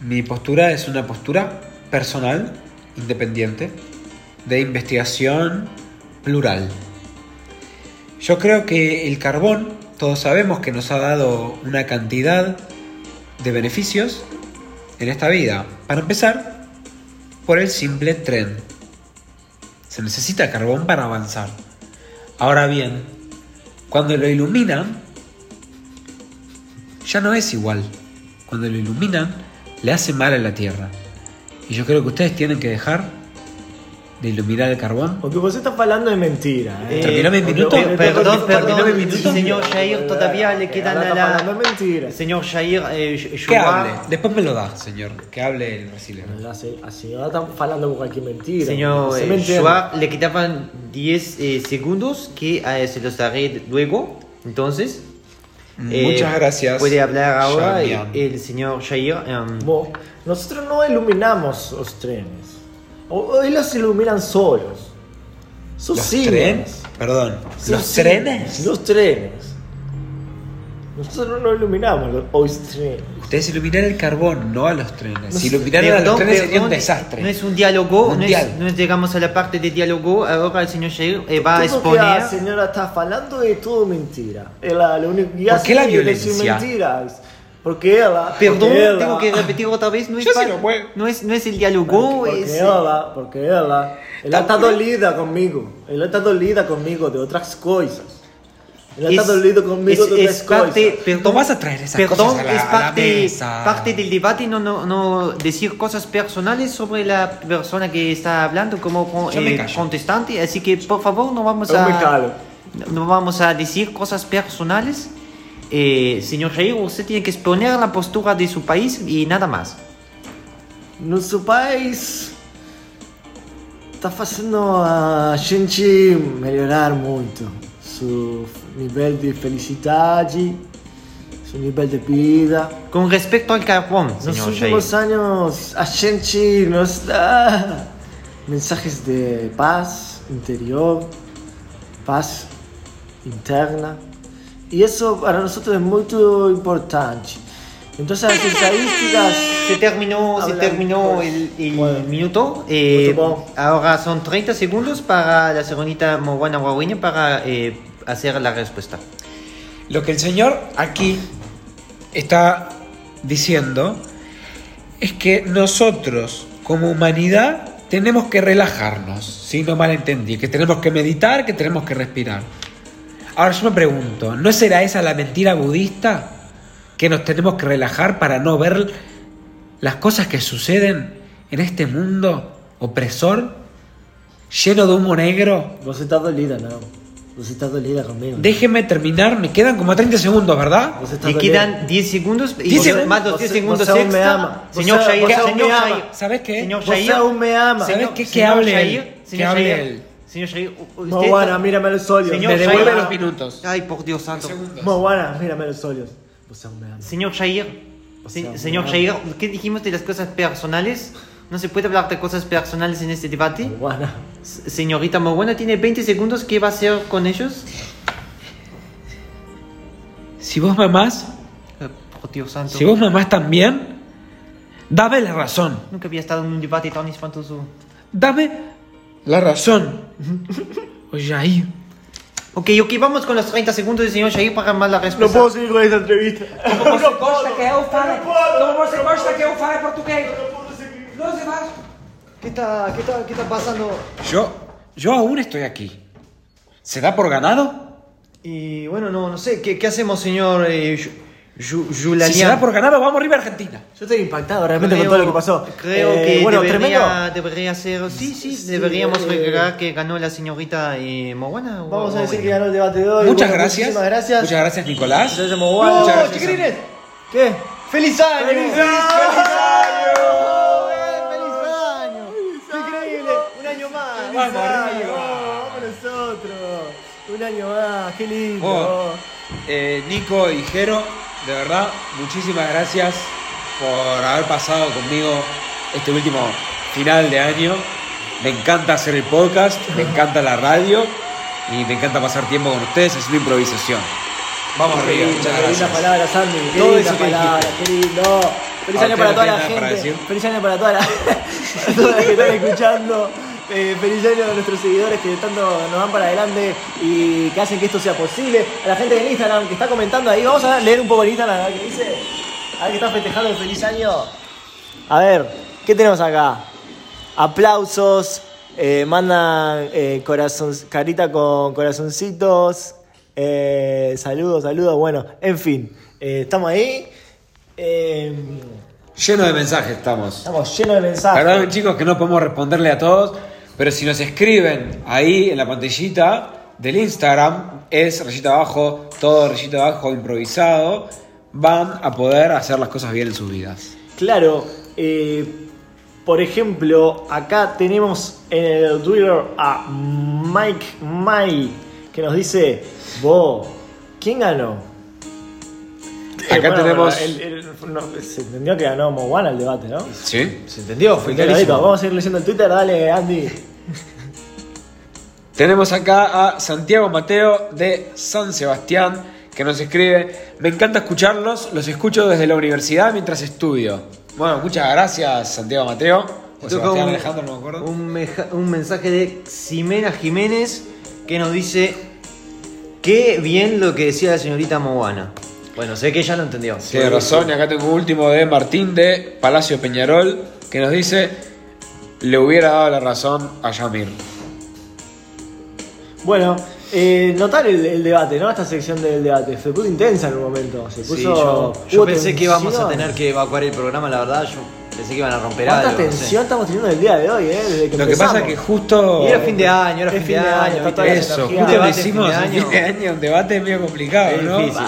Mi postura es una postura personal, independiente, de investigación plural. Yo creo que el carbón, todos sabemos que nos ha dado una cantidad de beneficios en esta vida. Para empezar, por el simple tren. Se necesita carbón para avanzar. Ahora bien, cuando lo iluminan, ya no es igual. Cuando lo iluminan, le hace mal a la Tierra. Y yo creo que ustedes tienen que dejar de iluminar el carbón. O que você está falando é mentira. Eh, Terminame el minuto. Perdón, perdón, terminame el minuto, señor Jair, todavía le quedan a Está falando la... mentira. Señor Jair, eh, Sh- Que Shua- hable. Después me lo da, señor. Que hable el brasileño. La se- A senhora está falando com qualquer mentira. Señor Você eh, me entende. Schwab, le quitaban 10 eh, segundos que eh, se los daré luego. Entonces, Mm, eh, Muchas gracias, Puede hablar ahora Xavier. el, el señor Jair. em, Bom, nosotros no iluminamos los trenes. O- Ellos iluminan solos. Sus Los signos. trenes. Perdón. Sus Los signos, trenes. Los trenes. Nosotros no iluminamos los, los trenes. Ustedes iluminan el carbón, no a los trenes. Si iluminaran a perdón, los trenes sería un perdón, No desastre. es un diálogo, no, Mundial. es- no llegamos a la parte de diálogo. Ahora el señor Jair eh, va a Todo que exponer. la señora está falando es todo mentira. Ella, lo único que ¿Por hace qué la es decir violencia? mentiras. Porque ella. Perdón, porque ella- tengo que repetir otra vez. No es, Yo sí pa- lo puedo. no es, no es el diálogo. Porque es- ella, porque ella, ella está dolida conmigo. Ella está dolida conmigo de otras cosas. Ella está dolida conmigo es- de es otras cosas. parte, perdón, No vas a traer esas perdón, cosas a la- es a la parte, mesa. parte del debate no, no, no decir cosas personales sobre la persona que está hablando como Yo me eh, callo. contestante, así que por favor no vamos Yo me a calo. no- no vamos a decir cosas personales. Eh, señor Jair, usted tiene que exponer la postura de su país y nada más. Nosso país está fazendo a gente melhorar muito seu nível de felicidade, seu nível de vida. Con respecto al carbón, Nos señor Jair. últimos anos a gente nos dá mensagens de paz interior, paz interna. E isso para nós é muito importante. Então as estatísticas Se terminó, se Hablan, terminó pues. el, el Bueno. minuto. Eh, Supongo. ahora son 30 segundos para la señorita Morwana Guagüeña para eh, hacer la respuesta. Lo que el señor aquí está diciendo es que nosotros como humanidad tenemos que relajarnos, si no malentendí, que tenemos que meditar, que tenemos que respirar. Ahora yo me pregunto, ¿no será esa la mentira budista? Que nos tenemos que relajar para no ver las cosas que suceden en este mundo opresor, lleno de humo negro, Você está dolida, não. Você está dolida comigo. Déjeme terminar, me quedan como 30 segundos, ¿verdad? Você está Le quedan 10 segundos y 10 los- segundos. más los Você- 10 segundos você aún me extra. ama. Señor Você- Jair, você aún señor me ama. Jair. ¿Sabes qué? Señor Você Jair. aún me ama. Señor- ¿Sabes qué? Que señor hable Jair, él, que señor hable Jair, él. Señor Jair, u- usted- Moana, mírame los ojos. Señor Me devuelve Jair. los minutos. Ay, por Dios santo. Moana, mírame los ojos. Você aún me ama. Señor Jair. O se- sea, señor no. Jair, ¿qué dijimos de las cosas personales? ¿No se puede hablar de cosas personales en este debate? Moana. S- Señorita Morgana tiene 20 segundos. ¿Qué va a hacer con ellos? Si vos mamás, Eh, Por Dios santo. si vos mamás también, dame la razón. Nunca había estado en un debate tan espantoso. Dame la razón. Oye, ahí. Ok, ok, vamos con los 30 segundos y señor Jair para más la No respuesta. puedo seguir con esta entrevista. Como você gosta que eu fale, como você gosta que eu fale português. Não se faz. ¿Qué está, qué está, qué está pasando? Yo, yo aún estoy aquí. ¿Se da por ganado? Y bueno, no, no sé, ¿qué, qué hacemos, señor eh, Yu- Yu- Si se da Yulalian? por ganado, vamos arriba a Argentina. Yo estoy impactado realmente con todo lo que pasó. Creo Eh, que bueno, debería, tremendo. debería ser. Sí, sí, Sí, deberíamos eh, recordar que ganó la señorita eh, Moana. o- Vamos a o- decir que ganó el debate de hoy. Muchas Bueno, gracias. Muchísimas gracias. Muchas gracias, Nicolás. Gracias, Moana. Muchas gracias. chiquirines. ¿Qué? ¡Feliz año! ¡Feliz año! ¡Feliz año! ¡Increíble! ¡Un año más! ¡Feliz Vamos, año! arriba. ¡Vamos nosotros! ¡Un año más! ¡Qué lindo! Oh, eh, Nico y Jero, de verdad, muchísimas gracias por haber pasado conmigo este último final de año. Me encanta hacer el podcast, me encanta la radio y me encanta pasar tiempo con ustedes haciendo improvisación. Vamos Qué arriba, lindo, muchas qué lindas gracias. palabras, Andy. Qué Todo lindas eso que palabras, qué lindo. Feliz ¿A año usted para no toda tiene la nada para gente. decir? Feliz año para toda la, para toda la que están escuchando. Eh, feliz año a nuestros seguidores que tanto nos van para adelante y que hacen que esto sea posible. A la gente de Instagram que está comentando ahí. Vamos a leer un poco en Instagram, a ver qué dice. A ver que está festejando el feliz año. A ver, ¿qué tenemos acá? Aplausos, eh, mandan eh, corazon, carita con corazoncitos, eh, saludos, saludos, bueno, en fin, eh, estamos ahí, eh, Lleno de mensajes estamos. estamos llenos de mensajes. Perdonen chicos que no podemos responderle a todos, pero si nos escriben ahí en la pantallita del Instagram, es rayita abajo, todo rayita abajo improvisado, van a poder hacer las cosas bien en sus vidas. Claro, eh, por ejemplo, acá tenemos en el Twitter a Mike May que nos dice, vos, ¿quién ganó? Eh, Acá tenemos- el- el- no, se entendió que ganó Moana el debate, ¿no? ¿Sí? ¿Se entendió? Fue Clarito, clarísimo. Vamos a ir leyendo el Twitter, dale, Andy. Tenemos acá a Santiago Mateo de San Sebastián que nos escribe, me encanta escucharlos, los escucho desde la universidad mientras estudio. Bueno, muchas gracias Santiago Mateo. O Toca Sebastián un- Alejandro, no me acuerdo. Un, meja- un mensaje de Ximena Jiménez que nos dice: Qué bien lo que decía la señorita Moana. Bueno, sé que ella lo entendió. Tiene razón, y acá tengo un último de Martín de Palacio Peñarol que nos dice: Le hubiera dado la razón a Yamir. Bueno, eh, notar el, el debate, ¿no? Esta sección del debate. Se puso intensa en un momento. Se puso. Sí, yo, yo hubo pensé que íbamos a tensión. tener que evacuar el programa, la verdad. Yo pensé que iban a romper ¿Cuánta algo. no sé. tensión estamos teniendo el día de hoy, eh? Desde que Lo que pasa es que empezamos. justo. Y era fin de año, era Es fin, de año. está ¿viste? toda la Eso, energía. justo Debate le de fin hicimos de un fin de año, un debate medio complicado, Es ¿no? difícil.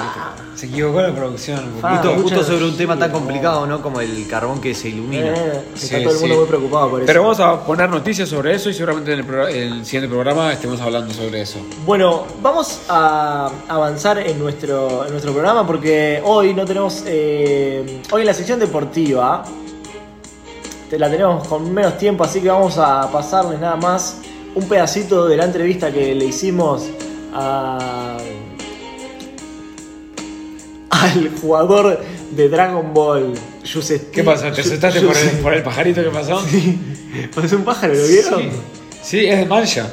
Se equivocó la producción. un Fa. poquito. Justo, mucha justo sobre un energía, tema tan no. complicado, ¿no? Como el carbón que se ilumina. Eh, está Sí, todo el mundo sí. muy preocupado por eso. Pero vamos a poner noticias sobre eso y seguramente en el, pro- en el siguiente programa estemos hablando sobre eso. Bueno, vamos a avanzar en nuestro, en nuestro programa porque hoy no tenemos. eh, hoy en la sección deportiva te- la tenemos con menos tiempo, así que vamos a pasarles nada más un pedacito de la entrevista que le hicimos a. al jugador de Dragon Ball, Yusesti- ¿Qué pasó? ¿Te Yu- sentaste por el, Yuse- por el pajarito que pasó? Parece un pájaro, ¿lo vieron? Sí. Sí, es de Mancha.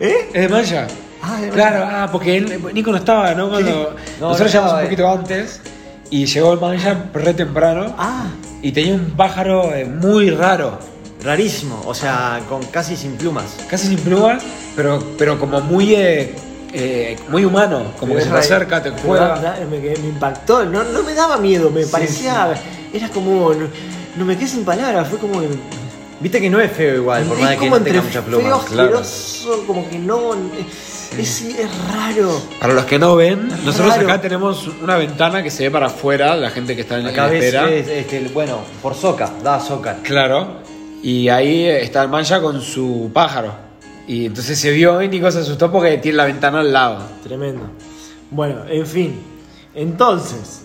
¿Eh? Es de Mancha. Ah, de Mancha. Claro, ah, porque él, Nico no estaba, ¿no? Cuando No, no nosotros llegamos estaba, un eh. poquito antes y llegó el Mancha re temprano Ah. y tenía un pájaro eh, muy raro, Rarísimo, o sea, con casi sin plumas. casi sin plumas, pero, pero como muy, eh, eh, muy humano, como que se te acerca, te Pero da- juega. da- Me, que- me impactó, no, no me daba miedo, me parecía. Era como. No, no me quedé sin palabras, fue como. Viste que no es feo igual, por es más de que como no tenga entre muchas feo, plumas. claro. asqueroso, como que no. Es, es raro. Para los que no ven, nosotros Raro. acá tenemos una ventana que se ve para afuera, la gente que está en Acá la ves, espera. ves, este, bueno, por soca, da soca. Claro. Y ahí eh, está el Mancha con su pájaro. Y entonces se vio y Nico se asustó porque tiene la ventana al lado. Tremendo. Bueno, en fin. Entonces,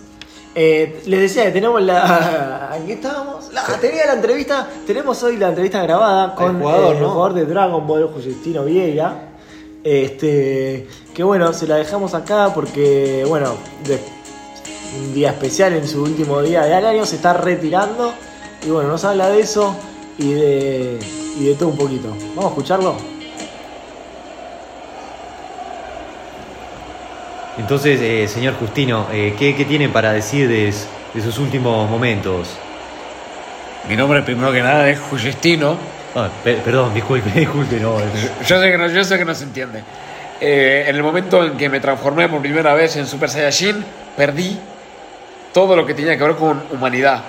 eh, les decía que tenemos la. Aquí estábamos. La, tenía la entrevista. Tenemos hoy la entrevista grabada con jugador, eh, ¿no? el jugador de Dragon Ball, Justino Viega. Este. Que bueno, se la dejamos acá porque, bueno, de- un día especial en su último día de año se está retirando. Y bueno, nos habla de eso y de. y de todo un poquito. Vamos a escucharlo. Entonces, eh, señor Justino, eh, ¿qué, qué tiene para decir de, s- de sus últimos momentos? Mi nombre, primero que nada, es Justino. Ah, pe- perdón, disculpe, disculpe, no. es- Yo sé que no, yo sé que no se entiende. Eh, en el momento en que me transformé por primera vez en Super Saiyajin, perdí todo lo que tenía que ver con humanidad.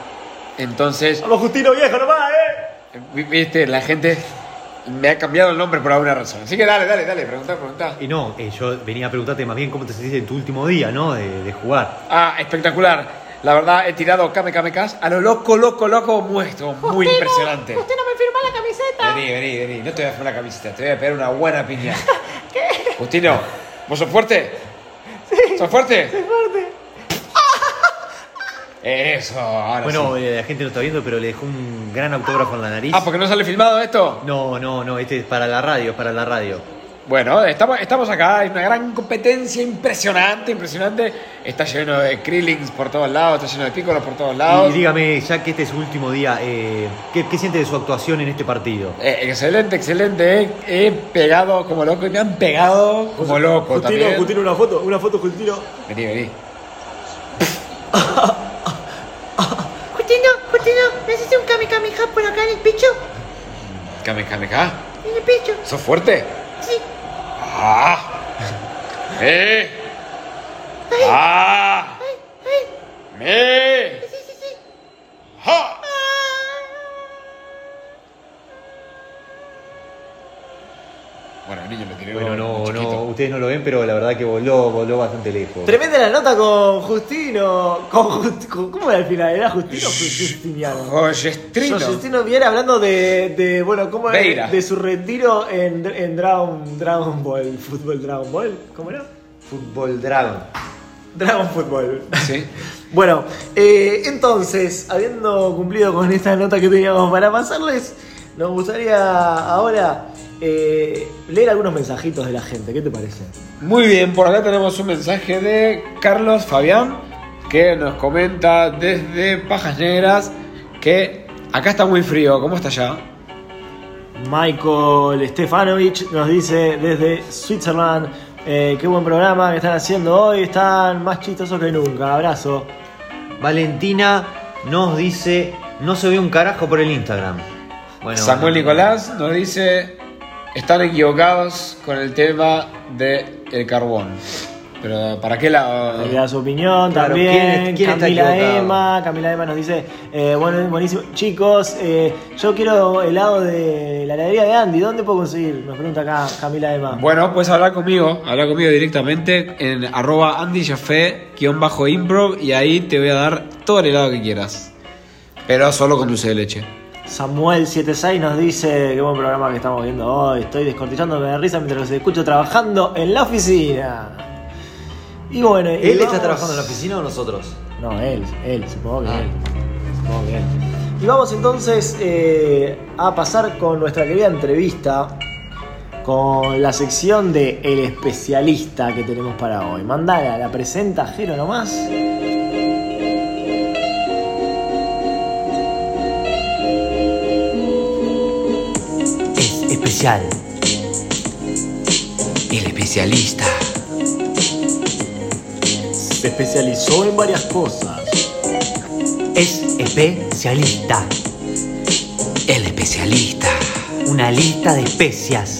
Entonces, Vamos, Justino viejo, nomás, eh. vi- viste, la gente me ha cambiado el nombre por alguna razón. Así que dale, dale, dale, pregunta, pregunta. Y no, eh, yo venía a preguntarte más bien cómo te sentiste en tu último día, ¿no? De, de jugar. Ah, espectacular. La verdad, he tirado Kamekamekás a lo loco, loco, loco, muerto. Muy impresionante. Usted no me firma la camiseta. Vení, vení, vení. No te voy a firmar la camiseta, te voy a pegar una buena piña. ¿Qué? Justino, ¿vos sos fuerte? Sí. ¿Sos fuerte? Soy fuerte. Eso, ahora Bueno, sí. eh, la gente no está viendo, pero le dejó un gran autógrafo en la nariz. Ah, porque no sale filmado esto. No, no, no, este es para la radio, es para la radio. Bueno, estamos, estamos acá, hay una gran competencia impresionante, impresionante. Está lleno de Krillings por todos lados, está lleno de Pícolos por todos lados. Y dígame, ya que este es su último día, eh, ¿qué, qué siente de su actuación en este partido? Eh, excelente, excelente. eh. He, pegado como loco y me han pegado como loco Justino, también. Justino, una foto, una foto, Justino. Vení, vení. Justino, Justino, ¿me hiciste un kamehameha por acá en el pecho? Kame, kame, ka. En el pecho, ¿Sos fuerte? sí. ¡Ah! ¡Eh! ¡Ah! Ay, ay, ¡Me! sí, sí, sí. ¡Ja! Bueno, el niño lo tiró. Bueno, no, muy no, chiquito. ustedes no lo ven, pero la verdad que voló, voló bastante lejos. Tremenda la nota con Justino. Con Just- con- ¿Cómo era el final? ¿Era Justino o Justiniano? Joyestrino. Yo, Justino Viera hablando de, de bueno, ¿cómo era? Veira. De su retiro en, en Dragon, Dragon Ball, fútbol Dragon Ball, ¿cómo era? Fútbol Dragon. Dragon Fútbol. Sí. Bueno, eh, entonces, habiendo cumplido con esta nota que teníamos para pasarles, nos gustaría ahora eh, leer algunos mensajitos de la gente. ¿Qué te parece? Muy bien, por acá tenemos un mensaje de Carlos Fabián que nos comenta desde Pajas Negras que acá está muy frío. ¿Cómo está allá? Michael Stefanovic nos dice desde Switzerland, eh, qué buen programa que están haciendo hoy, están más chistosos que nunca, abrazo. Valentina nos dice, no se ve un carajo por el Instagram. Bueno, Samuel Nicolás nos dice están equivocados con el tema del el carbón. Pero ¿para qué Nos la da su opinión Ah. Claro, también. ¿quién- quién está Camila equivocado? Emma, Camila Emma nos dice, eh, bueno, buenísimo. Chicos, eh, yo quiero helado de la heladería de Andy, ¿dónde puedo conseguir? Nos pregunta acá Camila Emma. Bueno, puedes hablar conmigo, hablar conmigo directamente en arroba bajo improv y ahí te voy a dar todo el helado que quieras. Pero solo con dulce de leche. Samuel76 nos dice, qué buen programa que estamos viendo hoy, estoy descortillándome de risa mientras los escucho trabajando en la oficina. Y bueno, y ¿Él está vamos- trabajando en la oficina o nosotros? No, él, él, supongo que Ah. él. Supongo que él. Y vamos entonces eh, a pasar con nuestra querida entrevista con la sección de El especialista que tenemos para hoy. Mandala, la presenta Jero nomás. es especial. El especialista. Se especializó en varias cosas. Es especialista. El especialista. Una lista de especias.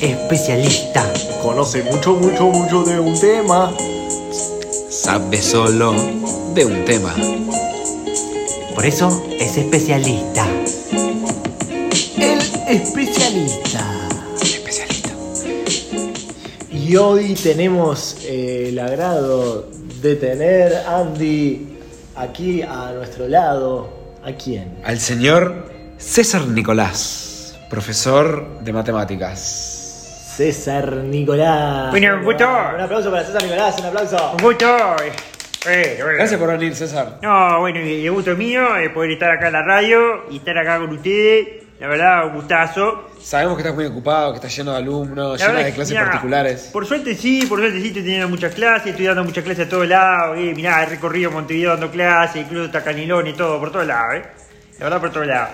Especialista. Conoce mucho, mucho, mucho de un tema. Sabe solo de un tema. Por eso es especialista. El especialista. Especialista. Y hoy tenemos eh, el agrado de tener Andy aquí a nuestro lado. ¿A quién? Al señor César Nicolás, profesor de matemáticas. César Nicolás. Bueno, Un gusto. aplauso para César Nicolás, un aplauso. Un gusto. eh, bueno. Gracias por venir, César. No, bueno, y el gusto es mío eh, poder estar acá en la radio y estar acá con ustedes. La verdad, un gustazo. Sabemos que estás muy ocupado, que estás lleno de alumnos, La lleno verdad de que, clases mirá, particulares. Por suerte sí, por suerte sí, estoy teniendo muchas clases, estoy dando muchas clases a todos lados. Eh, mirá, he recorrido Montevideo dando clases, incluso hasta Canilón y todo, por todos lados, eh. La verdad, por todos lados.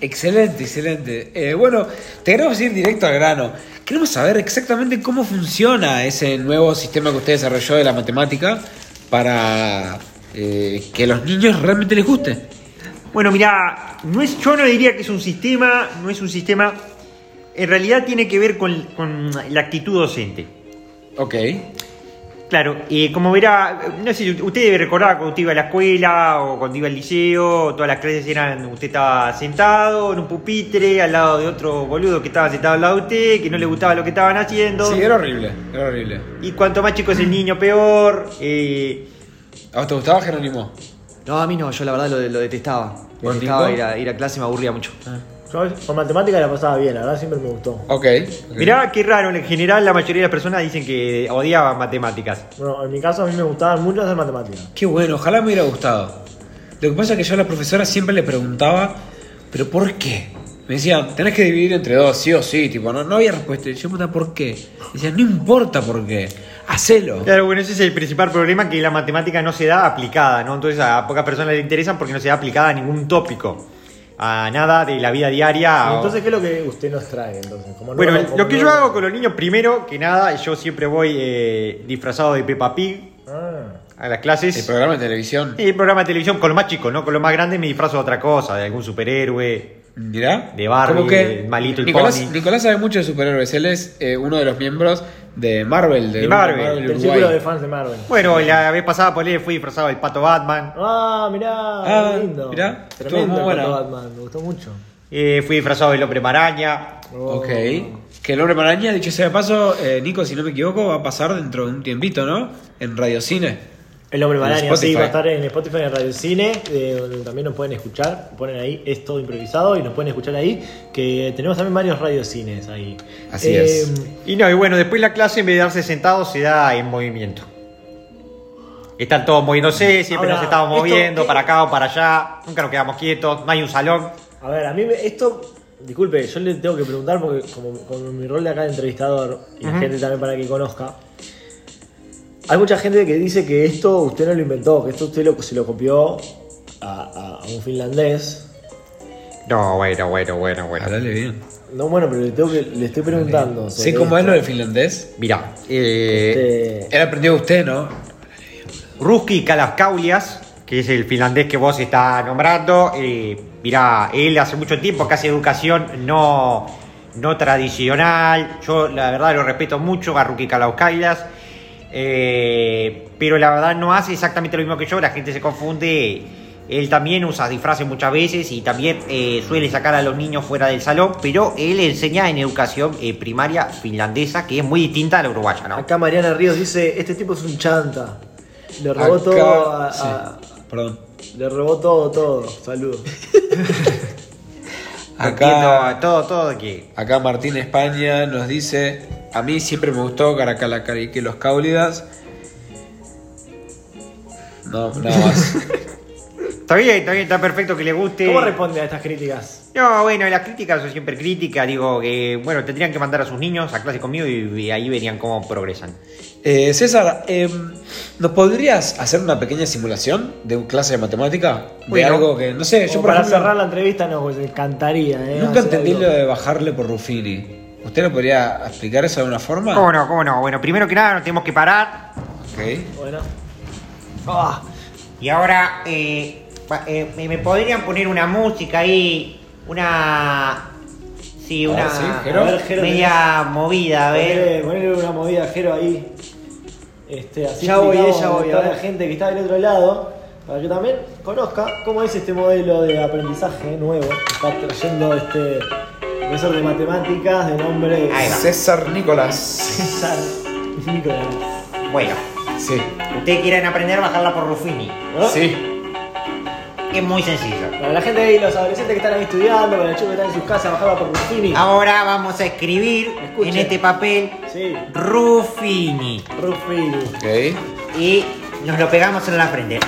Excelente, excelente. Eh, bueno, te queremos ir directo al grano. Queremos saber exactamente cómo funciona ese nuevo sistema que usted desarrolló de la matemática para eh, que a los niños realmente les guste. Bueno, mirá, no es, yo no diría que es un sistema, no es un sistema. En realidad tiene que ver con, con la actitud docente. Ok. Claro, eh, como verá, no sé, usted debe recordar cuando usted iba a la escuela o cuando iba al liceo, todas las clases eran, usted estaba sentado en un pupitre al lado de otro boludo que estaba sentado al lado de usted, que no le gustaba lo que estaban haciendo. Sí, era horrible, era horrible. Y cuanto más chico es el niño, peor. eh, ¿A vos te gustaba Jerónimo? No, a mí no, yo la verdad lo, lo detestaba. ¿Por Detestaba tipo? ir a, ir a clase, me aburría mucho. Ah. Yo con matemática la pasaba bien, la verdad siempre me gustó. Ok. ok. Mirá, qué raro, en general la mayoría de las personas dicen que odiaban matemáticas. Bueno, en mi caso a mí me gustaban mucho las matemáticas. Qué bueno, ojalá me hubiera gustado. Lo que pasa es que yo a la profesora siempre le preguntaba, ¿pero por qué? Me decía, tenés que dividir entre dos, sí o sí, tipo, no, no había respuesta. Y yo me preguntaba, ¿por qué? Decía, no importa por qué, hacelo. Claro, bueno, ese es el principal problema, que la matemática no se da aplicada, ¿no? Entonces a pocas personas le interesan porque no se da aplicada a ningún tópico, a nada de la vida diaria. Y Ah. o- Entonces, ¿qué es lo que usted nos trae entonces? Como no- bueno, como lo que no- yo hago con los niños, primero que nada, yo siempre voy eh, disfrazado de Peppa Pig Ah, a las clases. El programa de televisión. Y el programa de televisión con los más chicos, ¿no? Con los más grandes me disfrazo de otra cosa, de algún superhéroe. Mirá. De Barbie, Como de Malito y Nicolás, Pony. Nicolás sabe mucho de superhéroes. Él es eh, uno de los miembros de Marvel. De Marvel, Ah, del Uruguay. círculo de fans de Marvel. Bueno, la vez pasada por ahí fui disfrazado del pato Batman. Ah, mirá, Ah, qué lindo. mirá, estuvo Tremendo muy el buena. Pato Batman, me gustó mucho. eh, fui disfrazado del hombre maraña. Oh. Ok. Que el hombre maraña, dicho sea de paso, eh, Nico, si no me equivoco, va a pasar dentro de un tiempito, ¿no? En Radiocine. El hombre En maraña, sí, Spotify. va a estar en Spotify, en Radio Cine, eh, donde también nos pueden escuchar. Ponen ahí, es todo improvisado y nos pueden escuchar ahí. Que tenemos también varios radiocines ahí. Eh, Así es. Y no, y bueno, después la clase en vez de darse sentado se da en movimiento. Están todos moviéndose, siempre Ahora, nos estamos esto- moviendo eh, para acá o para allá, nunca nos quedamos quietos, no hay un salón. A ver, a mí me- esto, disculpe, yo le tengo que preguntar porque como, como mi rol de acá de entrevistador y la gente también para que conozca, hay mucha gente que dice que esto usted no lo inventó, que esto usted lo, se lo copió a, a- a un finlandés. No, bueno, bueno, bueno, bueno. Hablale bien. No, bueno, pero le, tengo que, le estoy preguntando. sobre ¿Sí cómo es esto. lo del finlandés? Mirá, eh, Este, Él aprendió de usted, ¿no? Ruski Kalaskaulias, que es el finlandés que vos estás nombrando, eh, mirá, él hace mucho tiempo que hace educación no, no tradicional, yo la verdad lo respeto mucho a Ruki Kalaskaulias, eh, pero la verdad no hace exactamente lo mismo que yo, la gente se confunde, él también usa disfraces muchas veces y también eh, suele sacar a los niños fuera del salón, pero él enseña en educación eh, primaria finlandesa, que es muy distinta a la uruguaya, ¿no? acá Mariana Ríos dice, este tipo es un chanta. Le robó Acá- todo a- sí, a- Perdón. Le robó todo, todo. Saludos. Entiendo Acá, todo, todo que... acá Martín España nos dice: A mí siempre me gustó Caracalacari que los cáulidas. No, nada más. Está bien, está bien, está perfecto que le guste. ¿Cómo responde a estas críticas? No, bueno, las críticas son siempre críticas. Digo que, bueno, tendrían que mandar a sus niños a clase conmigo y, y ahí verían cómo progresan. Eh, César, em, ¿nos podrías hacer una pequeña simulación de un clase de matemática? De Bueno. algo que, no sé, yo Como por para ejemplo, cerrar la entrevista nos encantaría, ¿eh? nunca hacer entendí algo. lo de bajarle por Ruffini. ¿Usted lo podría explicar eso de alguna forma? ¿Cómo no, cómo no? Bueno, primero que nada nos tenemos que parar. Ok. Bueno. Ah, Y ahora, eh, pa- eh, me, me podrían poner una música ahí? Una... Sí, A ver, una... sí, Jero. a ver, Jero, Eh. media movida, a ver. ponele, ponele una movida Jero ahí. Este, así Ya voy, explicamos ya voy, a a toda ver. la gente que está del otro lado, para que también conozca cómo es este modelo de aprendizaje nuevo que está trayendo este profesor de matemáticas de nombre Ahí va. César Nicolás. César Nicolás. Bueno, Sí. ustedes quieren aprender, bajarla por Ruffini. ¿no? Sí. Es muy sencillo. Para la gente ahí, los adolescentes que están ahí estudiando, para los chicos que están en sus casas, bajaba por Ruffini. Ahora vamos a escribir Escuchen. en este papel Sí, Ruffini. Ruffini. Ok. Y nos lo pegamos en la frente.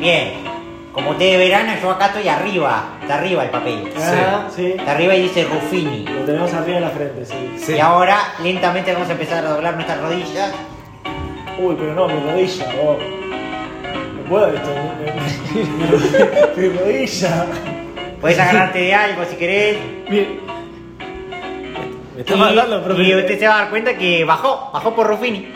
Bien. Como ustedes verán, yo acá estoy arriba. Está arriba el papel. Ah, sí. Está arriba y dice Ruffini. Lo tenemos arriba en la frente, sí. Y ahora lentamente vamos a empezar a doblar nuestras rodillas. Uy, pero no, mi rodilla, oh. Me puedo esto. me- me- Mi rodilla. Podés agarrarte de algo si querés. Mi- Me Y, está mandando, profe. y usted se va a dar cuenta que bajó, bajó por Ruffini.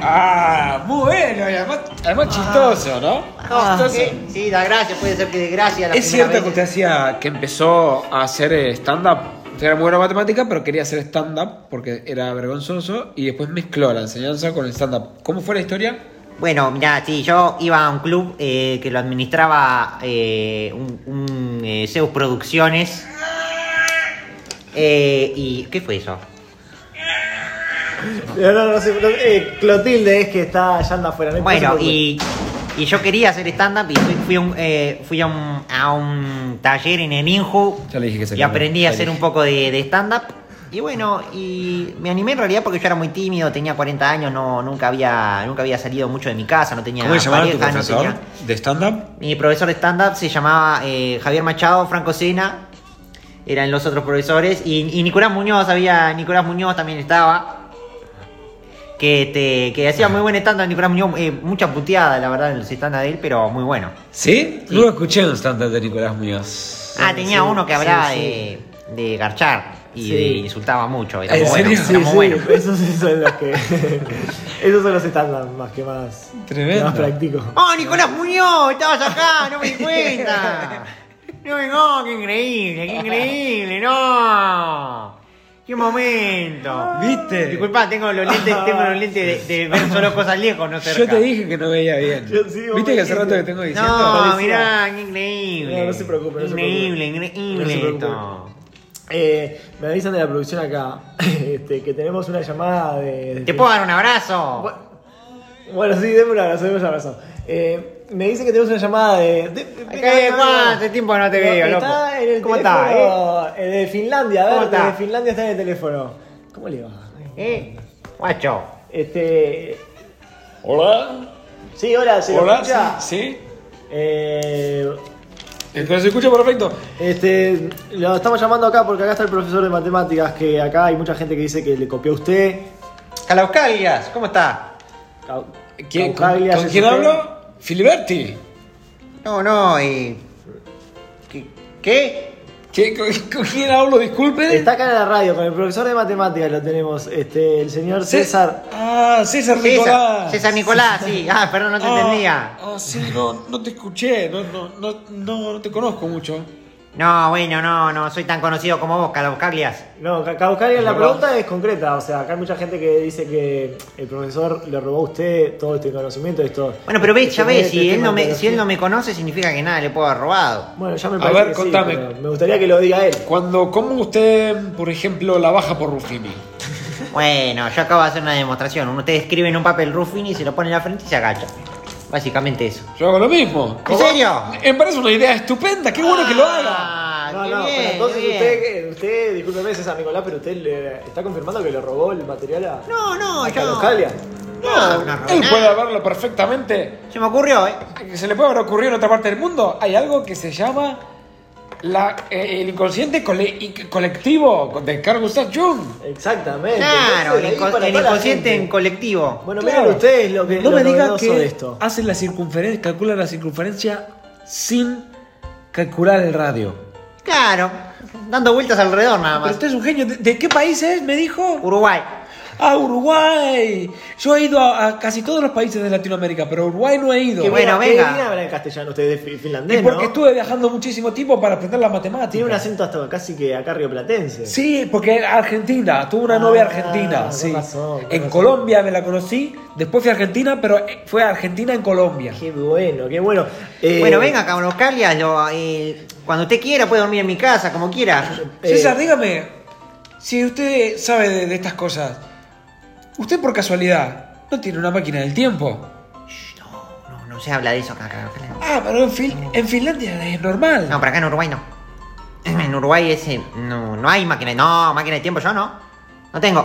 Ah, muy bueno, y además, Ah. además chistoso, ¿no? Ah, sí, sí, da gracia, puede ser que de gracia la Es primera cierto vez. que usted hacía, que empezó a hacer eh, stand-up. Usted era muy buena en matemática, pero quería hacer stand-up porque era vergonzoso y después mezcló la enseñanza con el stand-up. ¿Cómo fue la historia? Bueno, mirá, sí, yo iba a un club eh, que lo administraba eh, un, un, eh, Zeus Producciones. Eh, ¿Y qué fue eso? No, no, no sé, no- eh, Clotilde es que está, ya anda afuera. No hay Bueno, preso, y, y yo quería hacer stand-up y fui, fui a un, eh, fui a, un, a un taller en el Inju Ya le dije que se y calme, aprendí ya a le hacer un dije. poco de, de stand-up. Y bueno, y me animé en realidad porque yo era muy tímido, tenía 40 años, no, nunca, había, nunca había salido mucho de mi casa, no tenía ¿Cómo le llamaba a tu pareja, no profesor tenía- de stand-up? Mi profesor de stand-up se llamaba eh, Javier Machado, Franco Sena, eran los otros profesores, y, y Nicolás Muñoz, había, Nicolás Muñoz también estaba, que, te, que hacía muy buen stand-up, Nicolás Muñoz, eh, mucha puteada, la verdad, en los stand-up de él, pero muy bueno. ¿Sí? No lo escuché en stand-up de Nicolás Muñoz. Ah, tenía uno que hablaba De, de garchar y Sí. de- insultaba mucho, era ¿En muy bueno, serio? era muy bueno. Esos, esos son los que. esos son los estándar más que más. Tremendo. que más practico. ¡Oh, Nicolás Muñoz! ¡Estabas acá! ¡No me di cuenta! ¡No, no! ¡Qué increíble! ¡Qué increíble! ¡No! ¡Qué momento! ¿Viste? Disculpa, tengo los lentes, tengo los lentes de, de ver solo cosas lejos, no cerca. Yo te dije que no veía bien. Yo sí, vos ¿Viste me que hace rato dijiste. que tengo diciendo? No, Parecía. mirá, qué increíble. No, no se preocupe, no se Increíble, preocupe. increíble No se preocupe. esto. Eh, me avisan de la producción acá este, que tenemos una llamada de. ¿Te puedo dar un abrazo? Bu- Bueno, sí, deme un abrazo, deme un abrazo. Eh, me dicen que tenemos una llamada de. de, de- Acá, de- ¿cuánto tiempo no te veo, está loco? En el ¿Cómo está, teléfono, eh? De Finlandia, a ¿Cómo ver, está? de Finlandia está en el teléfono. ¿Cómo le va? ¿Eh? Guacho. Este. Hola. Sí, hola, se lo escucha. ¿Sí? Eh, Entonces se escucha perfecto. este, lo estamos llamando acá porque acá está el profesor de matemáticas. Que acá hay mucha gente que dice que le copió a usted. Calauscalias, ¿cómo está? Cau- ¿Quién- ¿Con, Caucaglia, con se quién supone. hablo? Filiberti. No, no, eh. ¿Qué? ¿Qué? ¿Qué- con, con quién hablo? Disculpe. Está acá en la radio con el profesor de matemáticas. Lo tenemos, este, el señor Ce- César. Ah, César César, Nicolás. César Nicolás, sí. Ah, perdón, Oh. no te Ah, entendía. Ah, sí, no, no te escuché. No, no, no, no, no te conozco mucho. No, bueno, no, no soy tan conocido como vos, Calauscaglias. No, Ca- Caucalia, la pregunta es concreta, o sea, acá hay mucha gente que dice que el profesor le robó a usted todo este conocimiento, esto. Bueno, pero ves, ya ves, si este él, tema no de me, la si él no me conoce, significa que nada le puedo haber robado. Bueno, ya me A parece ver, que sí, contame. pero me gustaría que lo diga él. Cuando, ¿cómo usted, por ejemplo, la baja por Ruffini? Bueno, yo acabo de hacer una demostración. Uno te escribe en un papel Ruffini, se lo pone en la frente y se agacha. Básicamente eso. Yo hago lo mismo. ¿En serio? Me parece una idea estupenda, qué bueno que lo haga. Ah, no, qué no, bien, pero entonces qué bien. usted, que- usted, discúlpeme, César Nicolás, pero usted le está confirmando que le robó el material a. No, no, a yo no. Caucalia. No, no robé Él puede nada. haberlo perfectamente. Se me ocurrió, eh. Se le puede haber ocurrido en otra parte del mundo. Hay algo que se llama la, eh, el inconsciente cole- y- colectivo de Carl Gustav Jung. Exactamente. Claro, entonces, el, ahí inco- para el toda la inconsciente gente. en colectivo. Bueno, Claro. miren ustedes lo que. No lo me diga novedoso que de esto. hace la circunferencia, calcula la circunferencia sin calcular el radio. Claro, dando vueltas alrededor nada Pero más. usted es un genio. ¿De, de qué país es? Me dijo. Uruguay. Ah, Uruguay. Yo he ido a, a casi todos los países de Latinoamérica, pero a Uruguay no he ido. Que Qué bueno, mira, que venga. bien habla en castellano ustedes de fi- Y finlandés. porque ¿no? estuve viajando muchísimo tiempo para aprender la matemática. Tiene un acento hasta casi que acá rioplatense. Sí, porque era Argentina, tuve una Ah, novia argentina, con sí. razón, con en razón. Colombia me la conocí, después fui a Argentina, pero eh, fue a Argentina en Colombia. Qué bueno, qué bueno. Eh, Bueno, venga, cabrón, Calias, lo, eh, cuando usted quiera puede dormir en mi casa, como quiera. eh, César, dígame, si usted sabe de, de estas cosas, usted por casualidad no tiene una máquina del tiempo. No, no se habla de eso acá, cabrón. Ah, pero en, Fin- en Finlandia es normal. No, pero acá en Uruguay no. En Uruguay ese eh, no, no hay máquina. No, máquina de tiempo yo no. No tengo.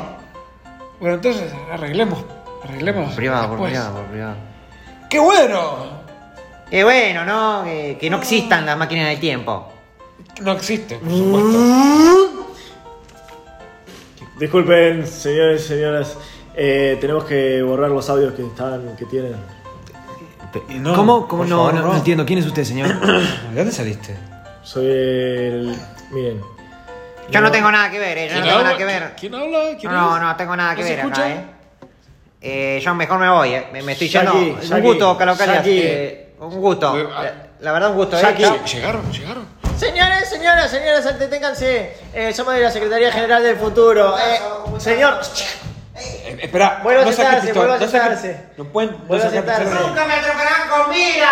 Bueno, entonces arreglemos, arreglemos. Privado, por después. privado, por privado. ¡Qué bueno! Que bueno, ¿no? Que, que no existan las máquinas del tiempo. No existe, por supuesto. Mm. Disculpen, señores, señoras. Eh, tenemos que borrar los audios que están, que tienen. Y no, ¿Cómo? ¿Cómo? por No, favor, no, no entiendo. ¿Quién es usted, señor? ¿De dónde saliste? Soy el. Miren. Yo no tengo nada que ver, eh. Yo no tengo nada que ver. ¿Quién habla? ¿Quién No, es? no, tengo nada que ¿No se ver acá, escucha? eh. eh. Yo mejor me voy, eh. Me, me estoy yendo. Jackie, un Jackie, gusto, Calocalias. Jackie. eh, un gusto. Eh, ah. La, la verdad, un gusto, eh. Jackie. Chao. Llegaron, llegaron. Señores, señoras, señoras, deténganse. Eh, somos de la Secretaría General del Futuro. Eh, señor, Eh, espera, Vuelva a no saques sentarse, pistola, vuelva a no saques- sentarse. No pueden, no vuelve a saques sentarse. pistola. ¡Nunca me atraparán con vida!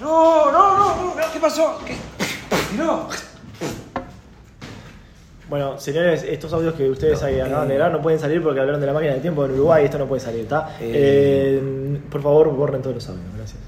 No, no, no, no, ¿qué pasó? ¿Qué? Tiró. Bueno, señores, estos audios que ustedes ahí acaban de grabar no Eh. pueden salir porque hablaron de la máquina del tiempo en Uruguay. Esto no puede salir, ¿está? Eh, por favor, borren todos los audios. Gracias.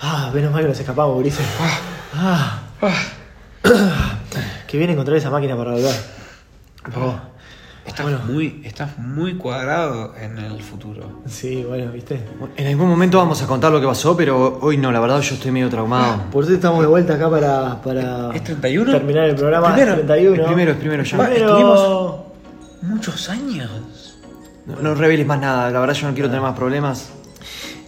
Ah, menos mal que nos escapamos, Ulises. Ah. Qué bien encontrar esa máquina para hablar. Oh. Estás muy, estás muy cuadrado en el futuro. Sí, bueno, viste. En algún momento vamos a contar lo que pasó, pero hoy no, la verdad yo estoy medio traumado. Por eso estamos de vuelta acá para, para ¿Es 31? terminar el programa. Primero. es 31. Es primero, es primero ya. Primero. Estuvimos- Muchos años. No, no reveles más nada, la verdad yo no quiero tener más problemas.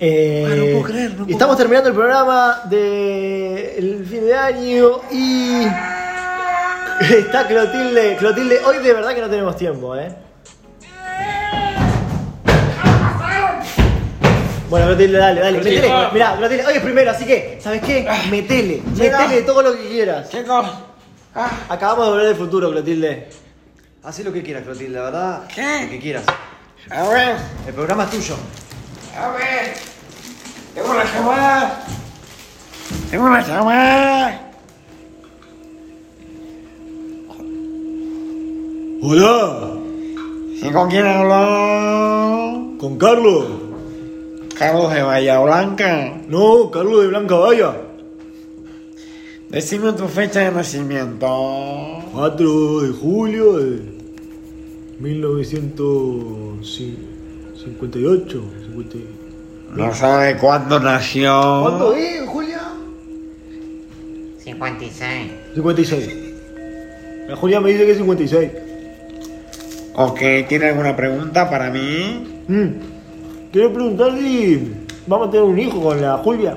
Eh, Ah, no puedo creer, no puedo Estamos terminando el programa del fin de año y. Está Clotilde. Clotilde, hoy de verdad que no tenemos tiempo, ¿eh? Bueno, Clotilde, dale, dale. Clotilde. Metele. Mirá, Clotilde, hoy es primero, así que, ¿sabes qué? Ah. Metele, Llega. metele todo lo que quieras. Chicos. Ah, Acabamos de volver del futuro, Clotilde. Haz lo que quieras, Clotilde, la verdad, ¿Qué? lo que quieras. a ver, El programa es tuyo. a ver. Tengo una llamada. Tengo una llamada. Hola, ¿Y con quién habló? con Carlos. Carlos de Bahía Blanca. No, Carlos de Blanca Valla. Decime tu fecha de nacimiento. 4 de julio de 1958. 50. No sabe cuándo nació. ¿Cuánto es, Julia? 56. 56. La Julia me dice que es 56. Ok, ¿tiene alguna pregunta para mí? Mm. Quiero preguntar si vamos a tener un hijo con la Julia.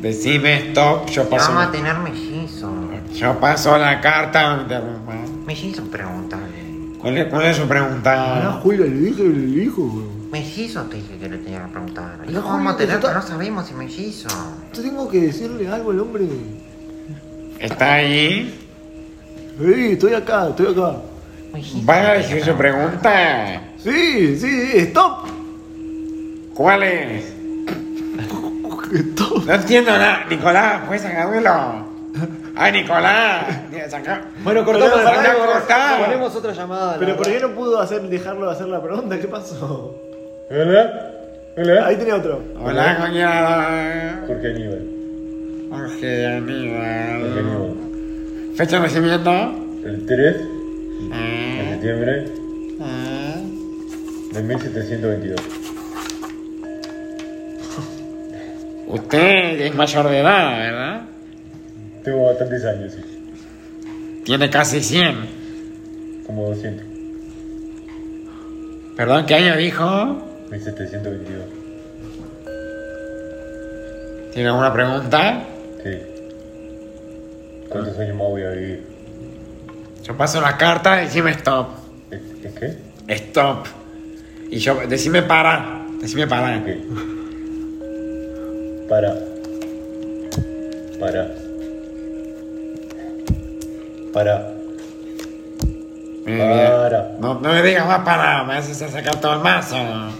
Decime stop, yo paso, Vamos a tener mellizo. yo paso la carta. no me interrumpa. Mellizo pregunta. ¿Cuál es, cuál es su Ah, pregunta? Julia, le dije el hijo. weón. Mellizo te dije que le tenía que preguntar. Pero, Hijo, vamos Julio, a tener, pero pero no sabemos si mellizo. Yo tengo que decirle algo al hombre. ¿Está ahí? Sí, estoy acá, estoy acá. Mellizo. Vaya a decir su pregunta. Sí, sí, sí, stop. ¿Cuál es? Stop. No entiendo nada. Nicolás, puedes sacarlo. Ay, Nicolás. mira, saca- Bueno, cortamos el saca- programa, cortá. Ponemos otra llamada. la Pero ¿por verdad. qué no pudo hacer, dejarlo hacer la pregunta? ¿Qué pasó? Hola, Ahí tiene otro. Hola, coñada. Jorge Aníbal. Jorge Jorge Aníbal. Aníbal. ¿Fecha de nacimiento? El 3 de Ah, septiembre ah. de 1722. Usted es mayor de edad, ¿verdad? Tengo bastantes años, sí, Tiene casi 100. como 200. Perdón, ¿qué año dijo? 1722. ¿Tiene alguna pregunta? Sí. ¿Cuántos años más voy a vivir? Yo paso la carta, decime stop. ¿Es, es qué? Stop. Y yo, decime para. Decime para. Ok. Para. Para. Para. Muy bien. Para. No, no me digas más para, me haces sacar todo el mazo.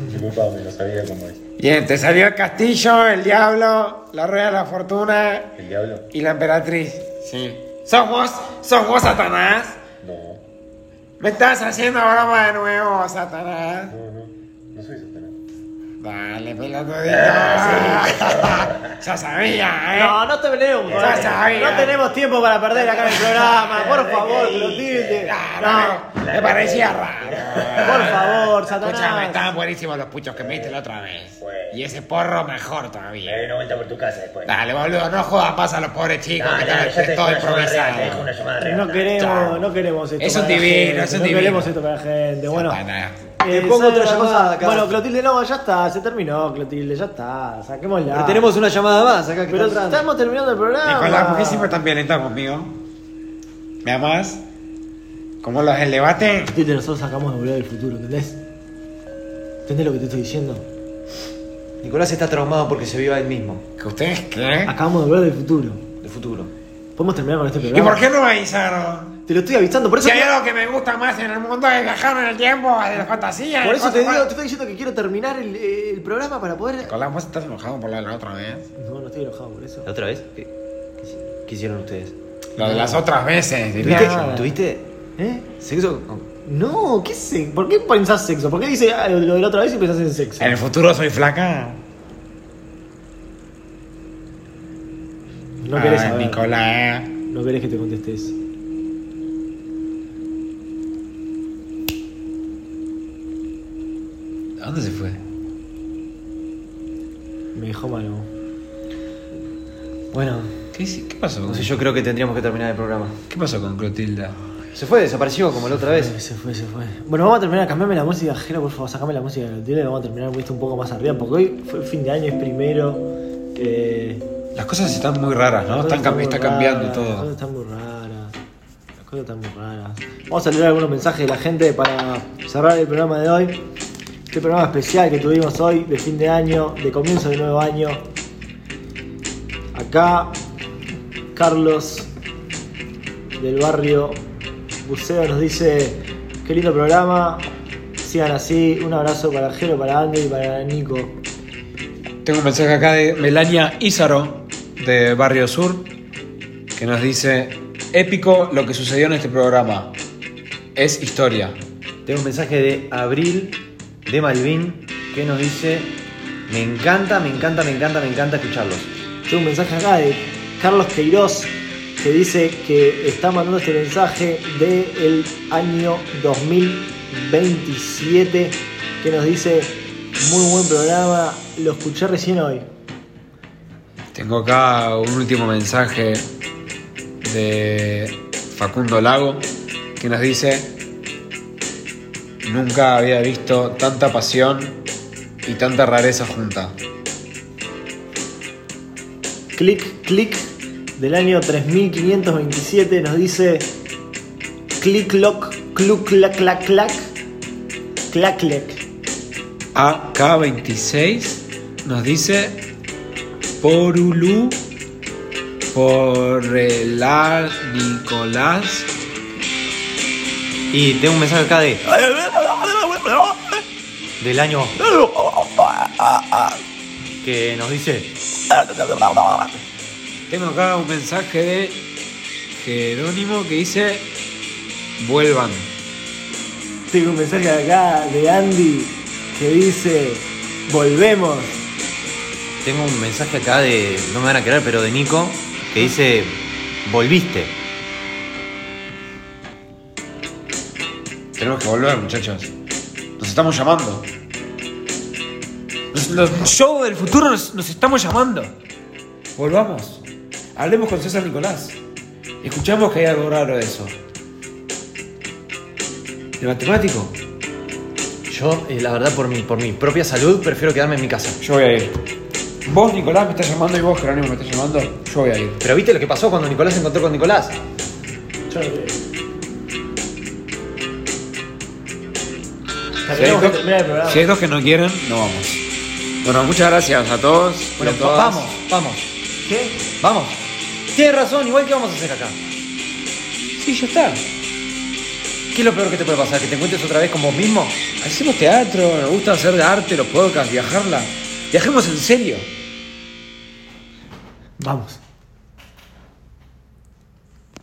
Disculpa, me lo sabía como es. Bien, te salió el castillo, el diablo, la rueda de la fortuna ¿El diablo? y la emperatriz. Sí. ¿Sos vos? ¿Sos vos, Satanás? No. ¿Me estás haciendo broma de nuevo, Satanás? No, no. No soy satanás. Dale, pelotudo. ya sabía, Eh, ¿eh? No, no te peleemos. con Ya él. sabía. No tenemos tiempo para perder acá en el programa. Por favor, Clotilde. No, Ah, Me parecía raro. por favor, Escúchame, Satanás. estaban buenísimos los puchos que me diste la otra vez. Y ese porro mejor Me doy todavía. una vuelta por tu casa después. Dale, boludo, no jodas más a los pobres chicos Dale, que dale, están te todo dejo una llamada real, te dejo improvisado. una llamada real. No queremos, no queremos esto. Es un para la divino, gente, es no un divino. queremos esto para la gente. Bueno, Satanás. eh, Te pongo otra Sandra, llamada acá. Bueno, Clotilde, no, ya está, se terminó, Clotilde, ya está. Saquémosla. Pero tenemos una llamada más acá que Pero está entrando. estamos terminando el programa. Nicolás, ¿por qué siempre tan violento conmigo? ¿Me amas? ¿Cómo los elevaste? Clotilde, nosotros sacamos de volver al futuro, ¿entendés? ¿Entendés lo que te estoy diciendo? Nicolás está traumado porque se vio a él mismo, ¿Que ustedes qué? Acabamos de volver del futuro. del futuro. ¿Podemos terminar con este ¿Y programa? por qué no me avisaron? Te lo estoy avisando, por eso, Si hay te, algo que me gusta más en el mundo es viajar en el tiempo, de la fantasía. por de eso te cosas digo, te más. estoy diciendo que quiero terminar el, eh, el programa para poder. Nicolás, ¿vos estás enojado por la de la otra vez? No, no estoy enojado por eso. ¿La otra vez? ¿Qué, qué hici- qué hicieron ustedes? Lo de las otras veces, diría. ¿Tuviste, Nada. ¿Tuviste ¿Eh? sexo? con- No, ¿qué sé? ¿Por qué pensás sexo? ¿Por qué dice ah, lo de la otra vez y pensás en sexo? Eh, ¿En el futuro soy flaca? No querés Ay, saber. Nicolás. No querés que te contestes. ¿A dónde se fue? Me dejó malo. Bueno, ¿Qué, hice- qué pasó? no sé, yo creo que tendríamos que terminar el programa. ¿Qué pasó con Clotilda? Se fue, desapareció como la otra vez. Ay, eh, Se fue, se fue. Bueno, vamos a terminar. Cambiame la música, Jero, por favor. Sacame la música de Clotilde y vamos a terminar con esto un poco más arriba. Porque hoy fue fin de año, es primero. Eh, Las cosas están muy raras, ¿no? las cosas Están cam- muy está cambiando raras, Las cosas todo. están muy raras. Las cosas están muy raras. Vamos a leer algunos mensajes de la gente para cerrar el programa de hoy. Este programa especial que tuvimos hoy de fin de año, de comienzo de nuevo año. Acá, Carlos del barrio Buceo nos dice: Qué lindo programa. Sigan así. Un abrazo para Jero, para Andy y para Nico. Tengo un mensaje acá de Melania Ízaro, de Barrio Sur, que nos dice: Épico lo que sucedió en este programa. Es historia. Tengo un mensaje de Abril de Malvin que nos dice: Me encanta, me encanta, me encanta, me encanta escucharlos. Tengo un mensaje acá de Carlos Queiroz que dice que está mandando este mensaje del año 2027 que nos dice muy buen programa, lo escuché recién hoy. Tengo acá un último mensaje de Facundo Lago que nos dice, nunca había visto tanta pasión y tanta rareza junta. Clic, clic del año 3527 nos dice clic, clock, cluc, clac, clac, clac, clac, clac. AK26 nos dice, Porulú, Porrelar, Nicolás. Y tengo un mensaje acá de. Del año. Que nos dice. Tengo acá un mensaje de Jerónimo que dice, vuelvan. Tengo un mensaje acá de Andy que dice volvemos. Tengo un mensaje acá de. No me van a creer, pero de Nico. Que dice. Volviste. Tenemos que volver, muchachos. Nos estamos llamando. Los, los show del futuro nos, nos estamos llamando. Volvamos. Hablemos con César Nicolás. Escuchamos que hay algo raro de eso. ¿De matemático? Yo, eh, la verdad, por mi, por mi propia salud, prefiero quedarme en mi casa. Yo voy a ir. Vos, Nicolás, me estás llamando y vos, Jerónimo, me estás llamando. Yo voy a ir. Pero viste lo que pasó cuando Nicolás se encontró con Nicolás. Terminamos de terminar el programa. Si hay dos que no quieren, no vamos. Bueno, muchas gracias a todos. y Bueno, a todas. vamos, vamos. ¿Qué? Vamos. Tienes razón, igual que vamos a hacer acá. Sí, ya está. ¿Qué es lo peor que te puede pasar? ¿Que te encuentres otra vez con vos mismo? Hacemos teatro, nos gusta hacer de arte, los podcasts, viajarla. Viajemos en serio. Vamos.